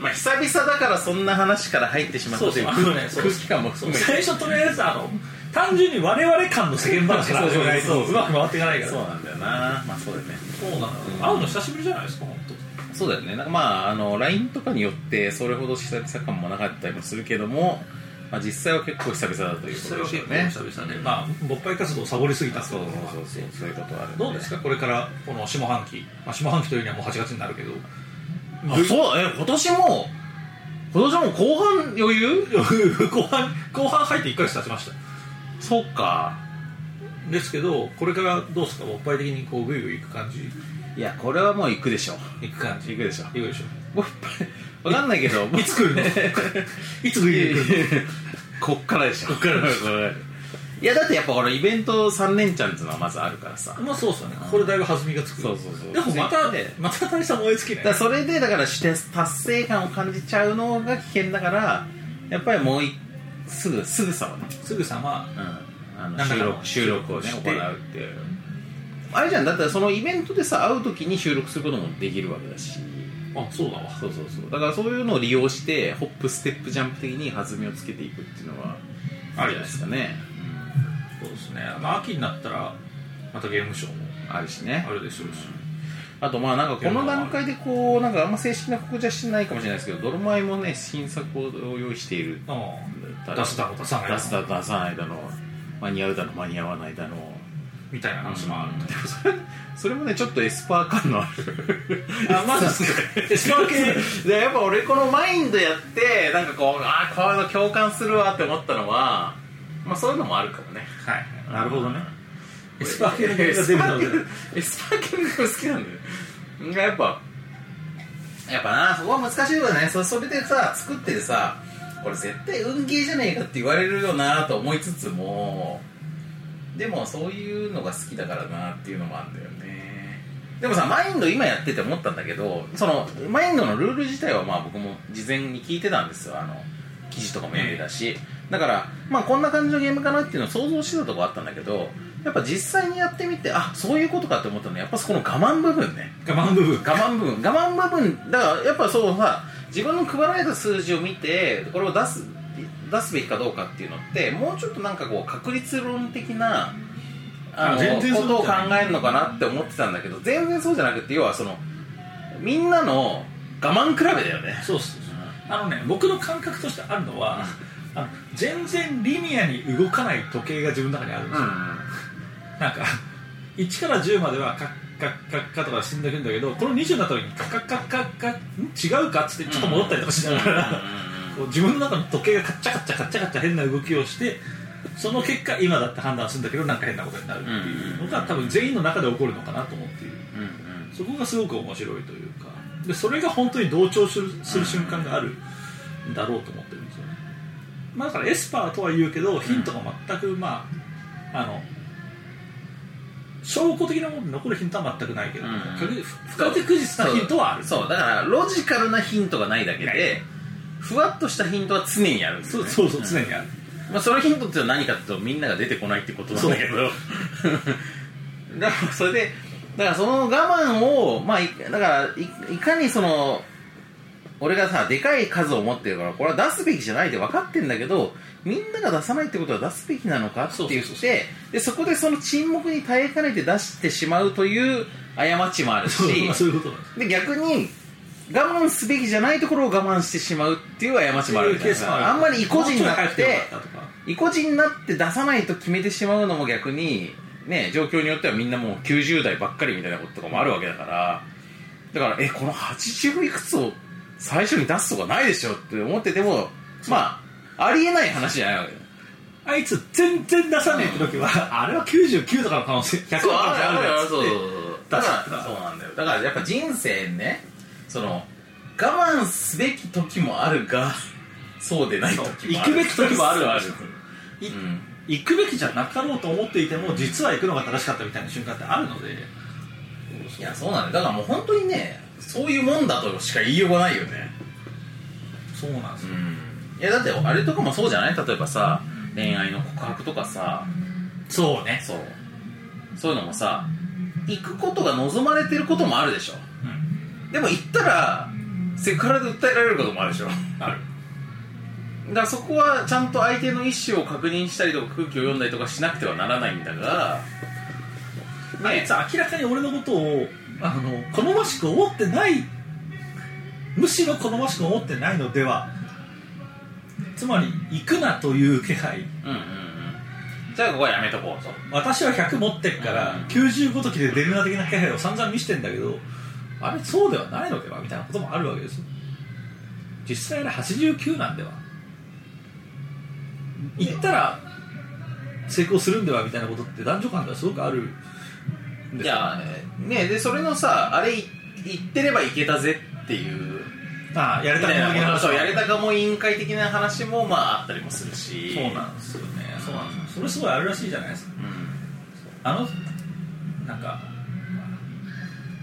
まあ久々だからそんな話から入ってしまった
そう
と
そ
いうう
あのねそう
空気感も含めて
最初とりあえずあの単純に我々間の世間話が
そうそうそう
ないとうまく回っていかないから
そうなんだよなまあそうだよね
そうなの会うの久しぶりじゃないですか本当。
そうだよねなんかまああの LINE とかによってそれほど久々感もなかったりもするけども、まあ、実際は結構久々だということですよね
久々でまあ勃発活動をサボりすぎたって
そ
いう
そう
のは
そうそうそういうことはあるん
どうですかこれからこの下半期、まあ、下半期というにはもう8月になるけど
あそうえ今年も今年も後半余裕
後半後半入って1ヶ月経ちました
そっか
ですけどこれからどうですかおっぱい的にこうグイグイいく感じ
いやこれはもう行くでしょ
いく感じ
行くでしょ
行くでし
もういっぱいわかん ないけど
ょいつ来る のいつグイグイ来る
こっからでしょこっからいやだってやっぱほらイベント3連チャンっていうのはまずあるからさ
のまあそうっすよねここでだいぶ弾みがつく
そうそうそう
でもまた
ね
また大した燃え尽き
だか
な
ら
い
それでだからして達成感を感じちゃうのが危険だからやっぱりもういすぐすぐさはね、
すぐさま
うん、あの
なんだ
収
かの
録収録をね
して
行うっていうあれじゃんだったらそのイベントでさ会う時に収録することもできるわけだし
あそうだわ
そうそうそうだからそういうのを利用してホップステップジャンプ的に弾みをつけていくっていうのは
あ
あ
り
り
で
ですすかね
そうですねまあ秋になったらまたゲームショーも
あるしね
あるでしょうし
あとまあなんかこの段階でこうなんかあんま正式な告知はしてないかもしれないですけどドロマイもね新作を用意している
あ
出
あ出すだろう出さない
出
だろう
すだ出さないだの間に合うだの間に合わないだの
みたいな話もある
でもそれそれもねちょっとエスパー感のある
あまだ石川県
でやっぱ俺このマインドやってなんかこうああこういうの共感するわって思ったのはまあそういうのもあるかもね
はいなるほどねエスパー系のゲームが全部なので
エスパー系の好きなんだようんやっぱやっぱなそこは難しいよねそそれでさ作ってさこれ絶対運ゲーじゃねえかって言われるよなと思いつつもでもそういうのが好きだからなっていうのもあるんだよねでもさマインド今やってて思ったんだけどそのマインドのルール自体はまあ僕も事前に聞いてたんですよあの記事とかも読んでたし、だからまあこんな感じのゲームかなっていうのを想像してたとこあったんだけどやっぱ実際にやってみてあそういうことかって思ったのはやっぱそこの我慢部分ね
我慢部分
我慢部分我慢部分だからやっぱそうさ自分の配られた数字を見てこれを出す出すべきかどうかっていうのってもうちょっとなんかこう確率論的なあ
あ
の
全然そう
こ
じゃ
とを考
ない
えるのかなって思ってたんだけど全然そうじゃなくて要はそのみんなの我慢比べだよね
そうっすあのね僕の感覚としてあるのはあの全然リニアに動かない時計が自分の中にあるんですよ、なんか1から10まではカッカッカッカッとか死んでくんだけどこの20になった時にカッカッカッカッカッん違うかっつってちょっと戻ったりとかしながら、こう自分の中の時計がカッチャカッチャカッチャカッチャ変な動きをしてその結果今だって判断するんだけどなんか変なことになるっていうのが多分全員の中で起こるのかなと思っている
うんうん
そこがすごく面白いというかでそれが本当に同調するする瞬間があるんだろうと思ってるんですよね、まあ、だからエスパーとは言うけどヒントが全くまああの証拠的なもので残るヒントは全くないけど、
うん
確実不確実なヒントはある
そうそうだからロジカルなヒントがないだけ
ない
でふわっとしたヒントは常にあるんだよ
そう
ね
そうそう常にある、
まあ、そのヒントっていうのは何かっていうとみんなが出てこないってことなんだけど だからそれでだからその我慢をまあいだからいいかにその俺がさでかい数を持ってるからこれは出すべきじゃないって分かってんだけどみんなが出さないってことは出すべきなのかって言って
そうそう
でそこでその沈黙に耐えかねて出してしまうという過ちもあるし
そうまあそういうことなんです
で逆に我慢すべきじゃないところを我慢してしまうっていう過ちもあるじゃないですかあんまり意固地にな
もうちょい早
っ
くてよ
て
かったとか
意固地になって出さないと決めてしまうのも逆に、ね、状況によってはみんなもう90代ばっかりみたいなこととかもあるわけだからだからえこの80いくつを最初に出すとかないでしょって思っててもまあありえない話じゃないわけだ
あいつ全然出さねえって時は、あれは99とかの可能性100とかの可能性あるやつ
そう
って
だからそうなんだよだからやっぱ人生ねその我慢すべき時もあるがそうでない時もある
行くべき時もあるわけい
うん
行くべきじゃなかろうと思っていても実は行くのが正しかったみたいな瞬間ってあるので
いやそうなんだよだからもう本当にねそういうもんだとしか言いようがないよね
そうなんですよ、
いやだってあれとかもそうじゃない例えばさ恋愛の告白とかさ
そうね
そうそういうのもさ行くことが望まれてることもあるでしょ
うん
でも行ったらセクハラで訴えられることもあるでしょ
ある
だからそこはちゃんと相手の意思を確認したりとか空気を読んだりとかしなくてはならないんだが、
あいつは明らかに俺のことをあの好ましく思ってないむしろ好ましく思ってないのではつまり行くなという気配
うんうんうんじゃあここはやめとこうと
私は100持ってるから90ごときで出るな的な気配を散々見せてんだけどあれそうではないのではみたいなこともあるわけですよ実際あれ89なんでは行ったら成功するんではみたいなことって男女間ではすごくあるんですよ
いやねでそれのさあれい言ってればいけたぜっていう
ああやれたらもういいな
そうやれたかも委員会的な話もまああったりもするし
そうなんですよねそうなんですよそれすごいあるらしいじゃないですか
うん
あのなんか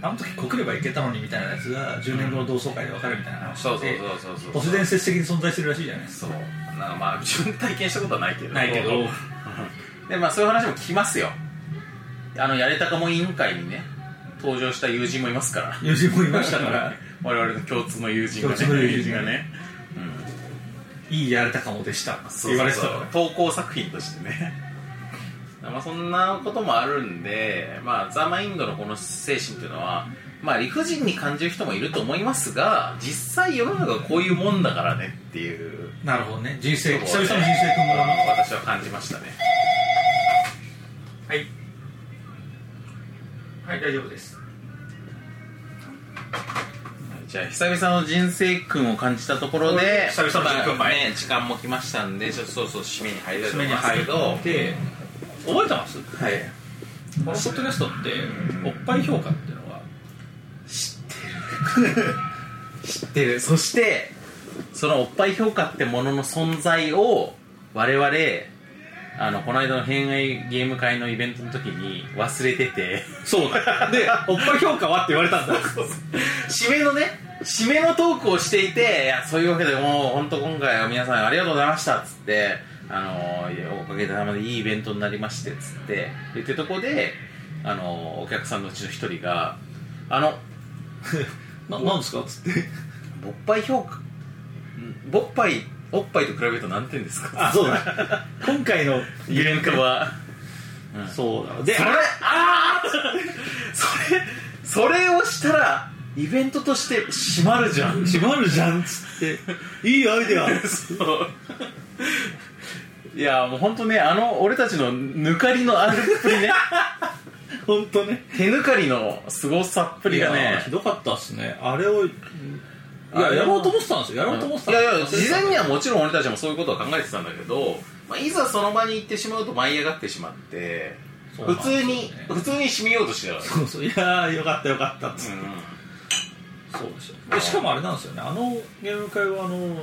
あの時告ればいけたのにみたいなやつが10年後の同窓会で分かるみたいな話
そうそう
で
そうそう
都市伝説的に存在するらしいじゃないです
そうなんかまあ自分で体験したことはないけど
かないけど
でまあそういう話も聞きますよあのやれたかも委員会にね登場した友人もいます から
友人もいましたから
我々の共通の友人がね
共通の友人
がね
いいやれたかもでしたって
そう
言わ
そう
れてた
そう
から
投稿作品としてね まあそんなこともあるんで、まあ、ザ・マインドのこの精神というのは、まあ、理不尽に感じる人もいると思いますが実際世の中はこういうもんだからねっていう
なるほどね人生
とこ
久
ろ
々
で
の人生君もら
あの私は感じましたね
はいはい大丈夫です
じゃあ久々の人生訓を感じたところで
久々の人生訓
まあね、時間も来ましたんでちょっとそうそう締めに入りたいと思
締め
い
に
ます
入
け
る
ど
とで覚えてます
はい
このポッドキャストっておっぱい評価っていうのは
でそしてそのおっぱい評価ってものの存在を我々あのこの間の偏愛ゲーム会のイベントの時に忘れてて
そうだでおっぱい評価はって言われたんだ
締めのね締めのトークをしていていやそういうわけでもう本当今回は皆さんありがとうございましたっつってあのいやおかげさまでいいイベントになりましてっつって言ってるとこであのお客さんのうちの一人があの
ななんですかっつって
おっぱい評価んおっぱいおっぱいと比べると何点ですか
あそうだ今回の
イベントは
そうだで
それああ それそれをしたらイベントとして閉まるじゃん
閉まるじゃんっつって いいアイデア
いやもう本当ねあの俺たちのぬかりのあるっぷり ね
本当ね
手ぬかりのすごさっぷりが
いや
ね
ひどかったっすねあれをい
あ
や
れは
やろうと思ってたんですよやろうと思ってた
いやいや事前にはもちろん俺たちもそういうことは考えてたんだけど、まあ、いざその場に行ってしまうと舞い上がってしまって
そうなん
普
ですよね
通に、普通に締めようとしてたから
そうそういやーよかったよかったっつって、そうですよでしかもあれなんですよねあのゲーム会はあの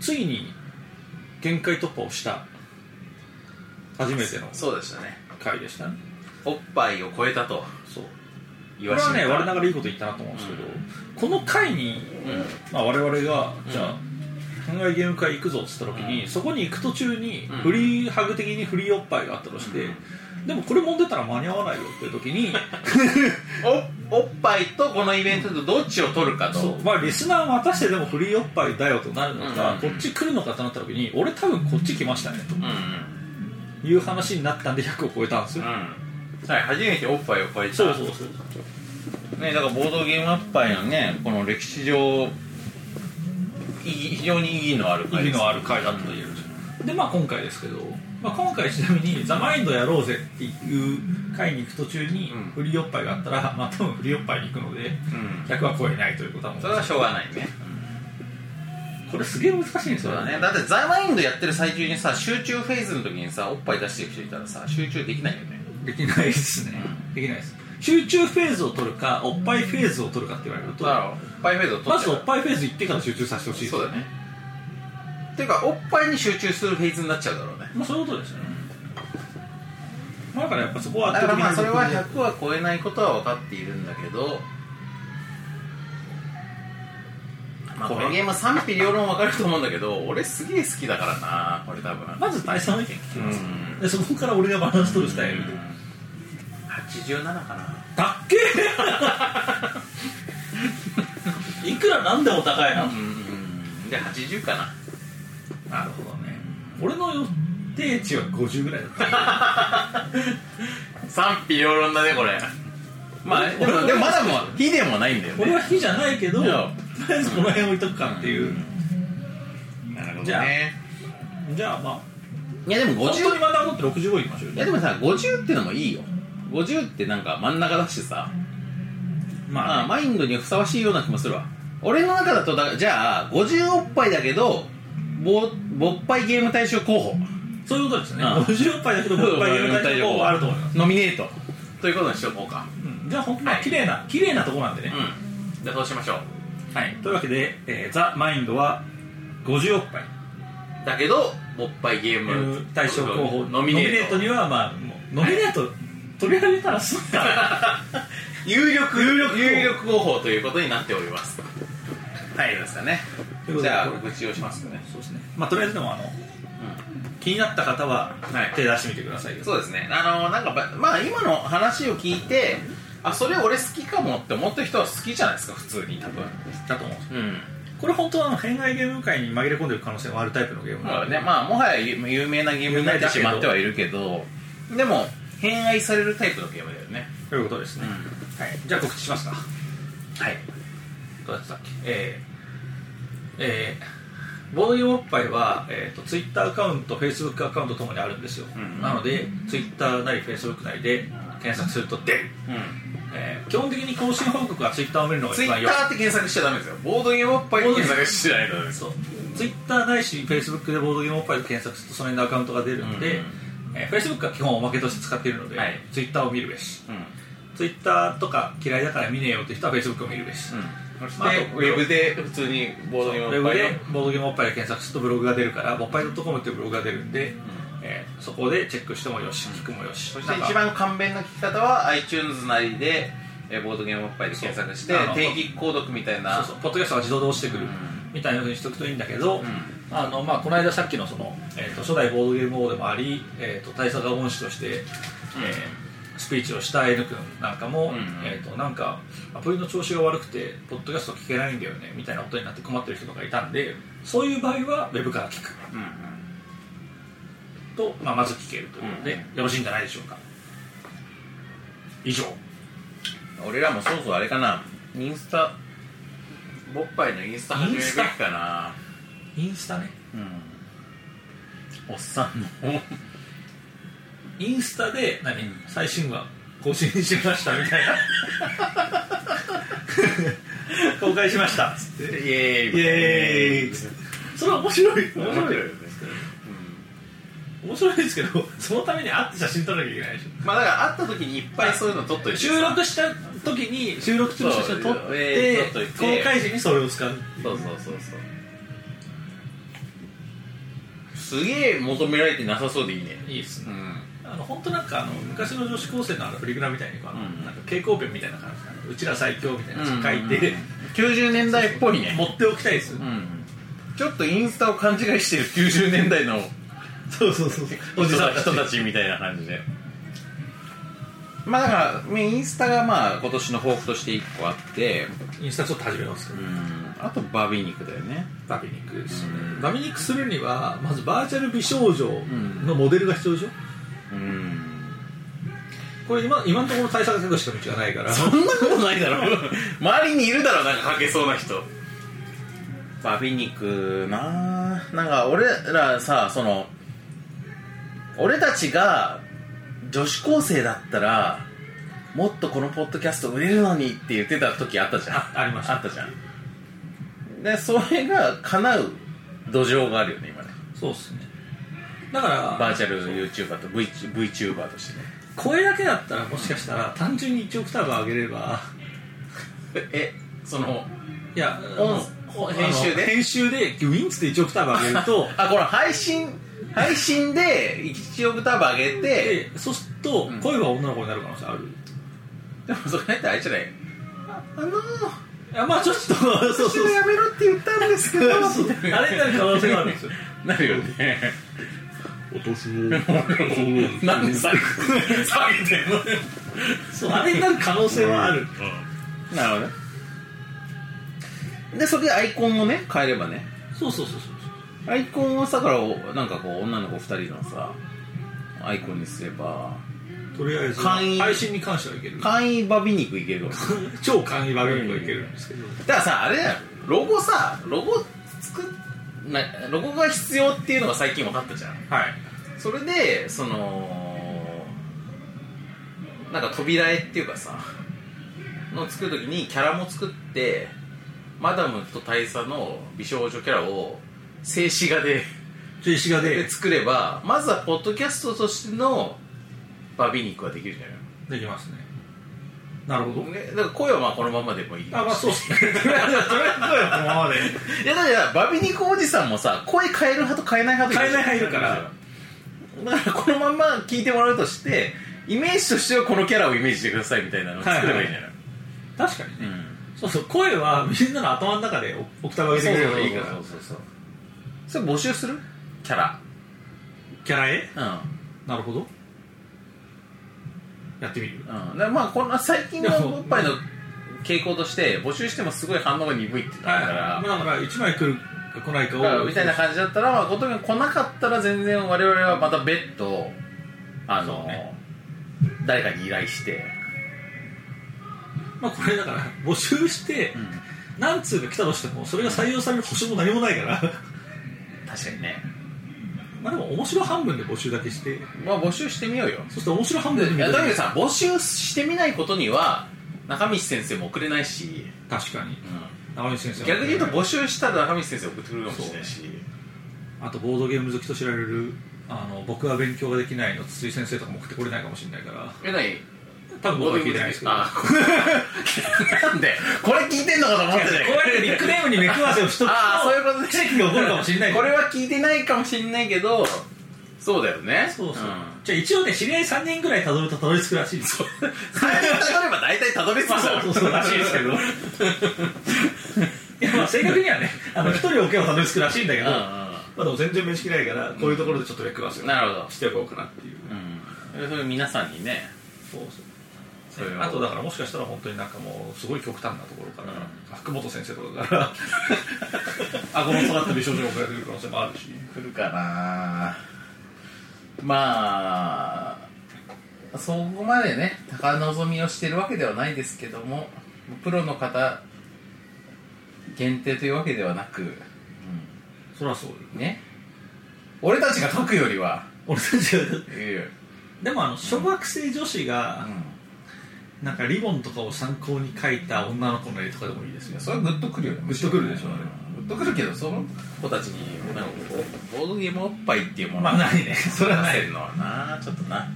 ついに限界突破をした初めての
そうでしたね
回でしたね
おっぱいを超えたと
そう
言わ
これ
し
は
め
ね
た
我ながらいいこと言ったなと思うんですけど、この回に、
うん
まあ、我々が
うん
じゃあ、考えゲーム会行くぞっつった時に、そこに行く途中に
うん
フリーハグ的にフリーおっぱいがあったとして、でもこれ揉んでたら間に合わないよっていう時 に
おおっぱいとこのイベントとどっちを取るかと
そう、まあ、リスナーは果たしてでもフリーおっぱいだよとなるのか、
うん
こっち来るのかとなった時に俺多分こっち来ましたね
うん
という話になったんで100を超えたんです
うん
よ、
うんはい初めておっぱいを超えた
そうそうそう
ねだからボードゲームおっぱいのねこの歴史上意義非常に意義のある
意
回
味
です
のある回だと言えるでまあ今回ですけど、まあ、今回ちなみに「ザ・マインドやろうぜ」っていう回に行く途中に
うん
フリーおっぱいがあったら、まあ多分フリーおっぱいに行くので
うん
100は超えないということはもう
それはしょうがないね
これすげえ難しいんです
そう
よ
だねだってザ・マインドやってる最中にさ集中フェーズの時にさおっぱい出してる人いたらさ集中できないよね
できないですねできないです集中フェーズを取るかおっぱいフェーズを取るかって言われると
だからおっぱいフェーズを取っちゃう
まずおっぱいフェーズ行ってから集中させてほしい
そうだねっていうかおっぱいに集中するフェーズになっちゃうだろうね
まあそういうことですよねまあだからやっぱそこは
だからまあそれは
圧倒
100は超えないことは分かっているんだけど、まあ、このゲームは賛否両論分かると思うんだけど俺すげえ好きだからなこれ多分
的にまず大佐の意見聞きます、
うん
でそこから俺がバランス取るスタイルで、
87かな
た っけいくらなんでも高いな、
うんで80かな
なるほどね俺の予定値は50ぐらいだった
賛否両論だねこれまあで
俺
も
も
でもまだもう火でもないんだよ
俺
ね
は火じゃないけどと
い
り
や
あえずこの辺置いとくかっていう、
なるほ
じゃあじゃあまあ
いやでも
本
50
当に真ん中取って65いきましょう
いやでもさ50ってのもいいよ50ってなんか真ん中だしさ
まあ、
ああマインドにふさわしいような気もするわ俺の中だとだじゃあ50おっぱいだけどぼぼっぱいゲーム大賞候補
そういうことですね、
うん
50杯だけど50杯入れたいとこはあると思います、
ノミネートということにしておこうか
うんじゃあ本当まあ綺麗な綺麗なとこなんでね、
うんじゃあそうしましょう
はい、というわけで、えーザ・マインドは50億杯
だけどぼっぱいゲーム
対象候補
ノミネート
にはまあもうノミネート取り上げたらすんから
有力有力候補ということになっておりますはいですかね
ということで
じゃあ告知をしますかね
そうですねまあとりあえずでもあの、気になった方は
はい
手出してみてくださいよ、
そうですねあのなんかばまあ今の話を聞いてあそれ俺好きかもって思った人は好きじゃないですか普通に多分
だと思うんで
う
す
ん
これ本当はあの偏愛ゲーム界に紛れ込んでる可能性もあるタイプのゲーム
ま
な
あ
ので、
ねまあもはや有有名なゲームになってしまってはいるけどでも偏愛されるタイプのゲームだよね
ということですね、はい、じゃあ告知しますか
はい
どうやってたっけえー、えー、ボードゲームおっぱいは、えー、とツイッターアカウントフェイスブックアカウントともにあるんですよ、
うん
なのでツイッターなりフェイスブックなりで検索すると出る、
うん
えー基本的に更新報告はツイッターを見るのが
ツイ
一番
ッ
よ
ターって検索しちゃダメですよボードゲームおっぱいって検索しないとダメです
そうツイッターないしフェイスブックでボードゲームおっぱいで検索するとその辺のアカウントが出るので、
うん
えフェイスブックは基本おまけとして使っているので、
はい
ツイッターを見るべし
うん
ツイッターとか嫌いだから見ねえよって人はフェイスブックを見るべし、
うん
まあ
で
あと
ウェブで普通にボードゲー
ウ
ム
ェ
おっ
ブ
ぱいの
でボードゲームおっぱいで検索するとブログが出るからおっぱい .com っていうブログが出るんで、えーそこでチェックしてもよし、聞くもよし
そして
なんか
一番簡便な聞き方は iTunes なりで、えーボードゲームおっぱいで検索して
そうあの
定期購読みたいな
そうそうポッドキャストが自動で落ちてくるみたいなふうにしておくといいんだけど、
ん
あのまあ、この間さっきのその、えー、と初代ボードゲーム王でもあり、えー、と大阪恩師として、えースピーチをした N 君なんかも、
んうん
えー、となんかアプリの調子が悪くてポッドキャスト聞けないんだよねみたいなことになって困ってる人とかいたんでそういう場合はウェブから聞く
うんうん
と、まあ、まず聞けるということで、
うん
よろしいんじゃないでしょうか以上
俺らもそろそろあれかなインスタボッパイのインスタ始めるべきかな
インスタね
おっさんの
インスタで何、最新話更新しましたみ たいな公開しましたっつ
イ
って
エーイ
イエーイっつってそれは面白い面白い
よね
面白いですけどそのために会って写真撮らなきゃいけないでし
まあだから会った時にいっぱいそういうの撮っとい
ょ
て
収録した時に収録中の写真を撮
そ
っ
う
て,、
えー撮っといて
公開時にそれを使うっていう
そうそうそうそうすげえ求められてなさそうでいいね
いいですね
うん
あの本当なんかあの昔の女子高生のあのプリグラみたいにこうあの、
うん
なんか蛍光ペンみたいな感じであのうちら最強みたいなやつ書いて、
90年代っぽいね
持っておきたいですよ、
うんちょっとインスタを勘違いしてる90年代の
そうそうそうそうおじさんたち
人たちみたいな感じでまあだからインスタがまあ今年の抱負として1個あって
インスタちょっと始めますけ
う
ど、
んあとバービー肉だよね
バビニックですね、
うん
バビニックするにはまずバーチャル美少女のモデルが必要でしょ、
うん
これ今今のところ対策せずしか道がないか ら
そんなことないだろ 周りにいるだろなんかかけそうな人バービー肉なあなんか俺らさその俺たちが女子高生だったらもっとこのポッドキャスト売れるのにって言ってた時あったじゃん
あありました
あったじゃんでそれが叶う土壌があるよね今ね
そうっすねだから
バーチャル YouTuber と v VTuber としてね
声だけだったらもしかしたら単純に1オクターブ上げれば
えその
いや
音編集で
あの編集でウィンツで1オクターブ上げると
あこれ配信配信で1オクターブ上げて
でそうすると声が女の子になる可能性ある、
でもそれってあれじゃないあの
いやまあちょっと そうそう
私
そう
をやめろって言ったんですけど
あれになる可能性があるんですよ
なるよね
私
なんで下げ下げてんの
そうあれになる可能性はある、
なるほどねでそれでアイコンをね変えればね
そうそうそうそう
アイコンはさからなんかこう女の子2人のさアイコンにすれば
とりあえず
簡易
配信に関してはいける
簡易バビ肉いけるわけ
超簡易バグにはいけるんですけど
だからさあれだよロゴさロゴ作っなロゴが必要っていうのが最近分かったじゃん
はい
それでそのなんか扉絵っていうかさの作る時にキャラも作ってマダムと大佐の美少女キャラを静止画で
静止画で
で作ればまずはポッドキャストとしてのバビ肉はできるじゃない
できますねなるほど
ねだから声はまあこのままでもいい
あまあ そうっすねとりあえずとりあえずこのままで
いやだからバビ肉おじさんもさ声変える派と変えない派と
変えない派いるから
だからこのまんま聞いてもらうとしてイメージとしてはこのキャラをイメージしてくださいみたいなのを作ればいいんじゃない、
確かにね、そうそう声はみんなの頭の中でオクター
う
ブ上
ん
げてくれればいいから
そうそうそうそうそれ募集するキャラ
キャラ絵
うん
なるほどやってみる
うんだからまあこんな最近の
いやそう
おっぱいの傾向として募集してもすごい反応が鈍いってなるから、
まあだから1枚来るか来ないかを
みたいな感じだったら、まあ、ことに来なかったら全然我々はまた別途あの、
そうね
誰かに依頼して、
まあこれだから募集して、何通か来たとしてもそれが採用される保証も何もないから
確かにね、
まあでも面白半分で募集だけして
まあ、募集してみようよ
そして面白半分で
いやだけど
さ
さ募集してみないことには中道先生も送れないし、
確かに中西先生
逆に言うと募集したら中道先生送ってくるかもしれないし
あとボードゲーム好きと知られるあの僕は勉強ができないの筒井先生とかも送ってこれないかもしれないから
えない
多分僕は聞いてないですけど
あ なんでこれ聞いてんのかと思ってたよ
こうやってニックネームに目くわせをしとくと
ああそういうことね
奇跡が起こるかもしれない
これは聞いてないかもしれないけどそうだよね
そうそう、
ん
じゃあ一応ね知り合い3人ぐらいたどるとたどり着くらしいですよ
最初たどれば大体たどり着く
まあ
だろ
そうそうそうらしいですけど いやまあ正確にはねあの一人置けばたどり着くらしいんだけ
う
ど、
ん
まあでも全然面識ないからこういうところでちょっと目くわせを
なるほど
しておこうかなっていう、
うんうんそれ皆さんにね
そうそう
それを
あとだからもしかしたら本当になんかもうすごい極端なところから、
うん
あ福本先生とか から顎の育った美少女が送られてくる可能性もあるし
来るかなまあそこまでね高望みをしてるわけではないですけどもプロの方限定というわけではなく
そりゃそうよ
ね俺たちが書くよりは
俺たちは
いう
でもあの小学生女子がなんかリボンとかを参考に描いた女の子の絵とかでもいいです
い
よ
やそれはグッとくるよね
グッとくるでしょあ
グ
れ
ッとくるけどその子たちになんかこうボードゲームおっぱいっていうもの
まあないねそれはない
出せるのはなちょっとな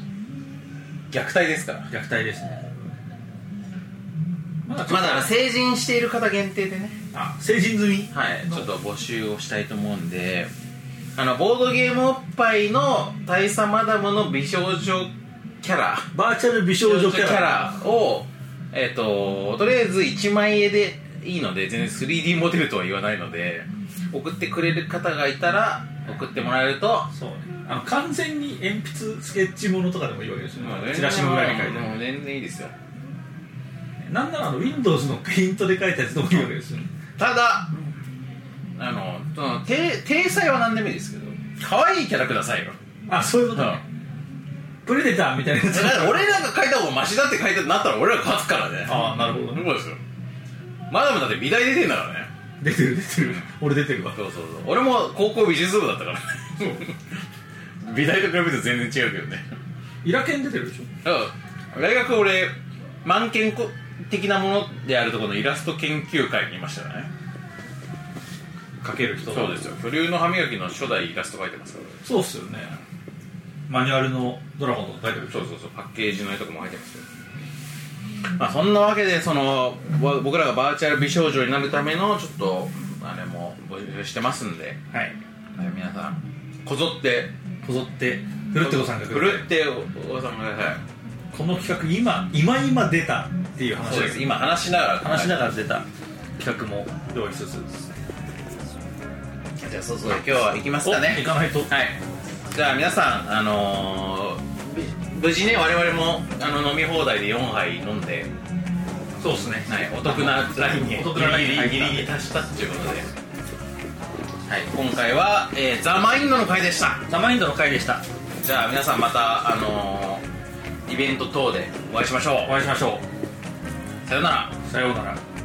虐待ですから
虐待ですねまだちょ
ま
っ
あだから成人している方限定でね
とあ成人済み
はい
の
ちょっと募集をしたいと思うんであのボードゲームおっぱいの大佐マダムの美少女キャラ
バーチャル美少女キャラ
をえっ、ととりあえず1枚絵でいいので全然 3D モデルとは言わないので送ってくれる方がいたら送ってもらえると
そうねあの完全に鉛筆スケッチものとかでもいいわけですよ
まあ
ね
ね
チラシの裏に描いて
もう全然いいですよ
なんならあの Windows のペイントで描いたやつでもいいわけですよね
ただあのそのて体裁は何でもいいですけど可愛いキャラくださいよ、
あそういうことねプレデターみたいなやつ
だから俺らが書いた方がマシだって書いてなったら俺らが勝つからね
ああなるほど
そうですよマダムだって美大出てんだからね
出てる出てる俺出てるわ
そうそうそう俺も高校美術部だったからね 美大と比べると全然違うけどね
イラケン出てるでしょ
うん大学俺満研こ的なものであるところのイラスト研究会にいましたね
描ける人
そうですよ不流の歯磨きの初代イラスト描いてますから
そうっすよねマニュアルのドラゴンとか書いてる
そうそうそうパッケージの絵とかも入ってますよまあそんなわけでそのぼ僕らがバーチャル美少女になるためのちょっとあれも募集してますんで
はい
はい皆さんこぞって
こぞってふるってご参加く
ふ
だ
る
さ
ってご参加ください
いこの企画今今今出たっていう話
そうです今話しながら
話しな
が
がら出た企画も用意しつつ
らじゃあそうそう今日は行きますかね
お行かないと
はいじゃあ皆さんあのーぶ無事ね我々もあの飲み放題で4杯飲んで、
そうっすね
はい、お得なラインに
お得なラインに入った
ギリギリギリ達したっていうことではい、今回は、えーザ・マインドの回でした
ザ・マインドの回でした
じゃあ皆さんまたあのーイベント等でお会いしましょう
お会いしましょ
さようなら
うさようなら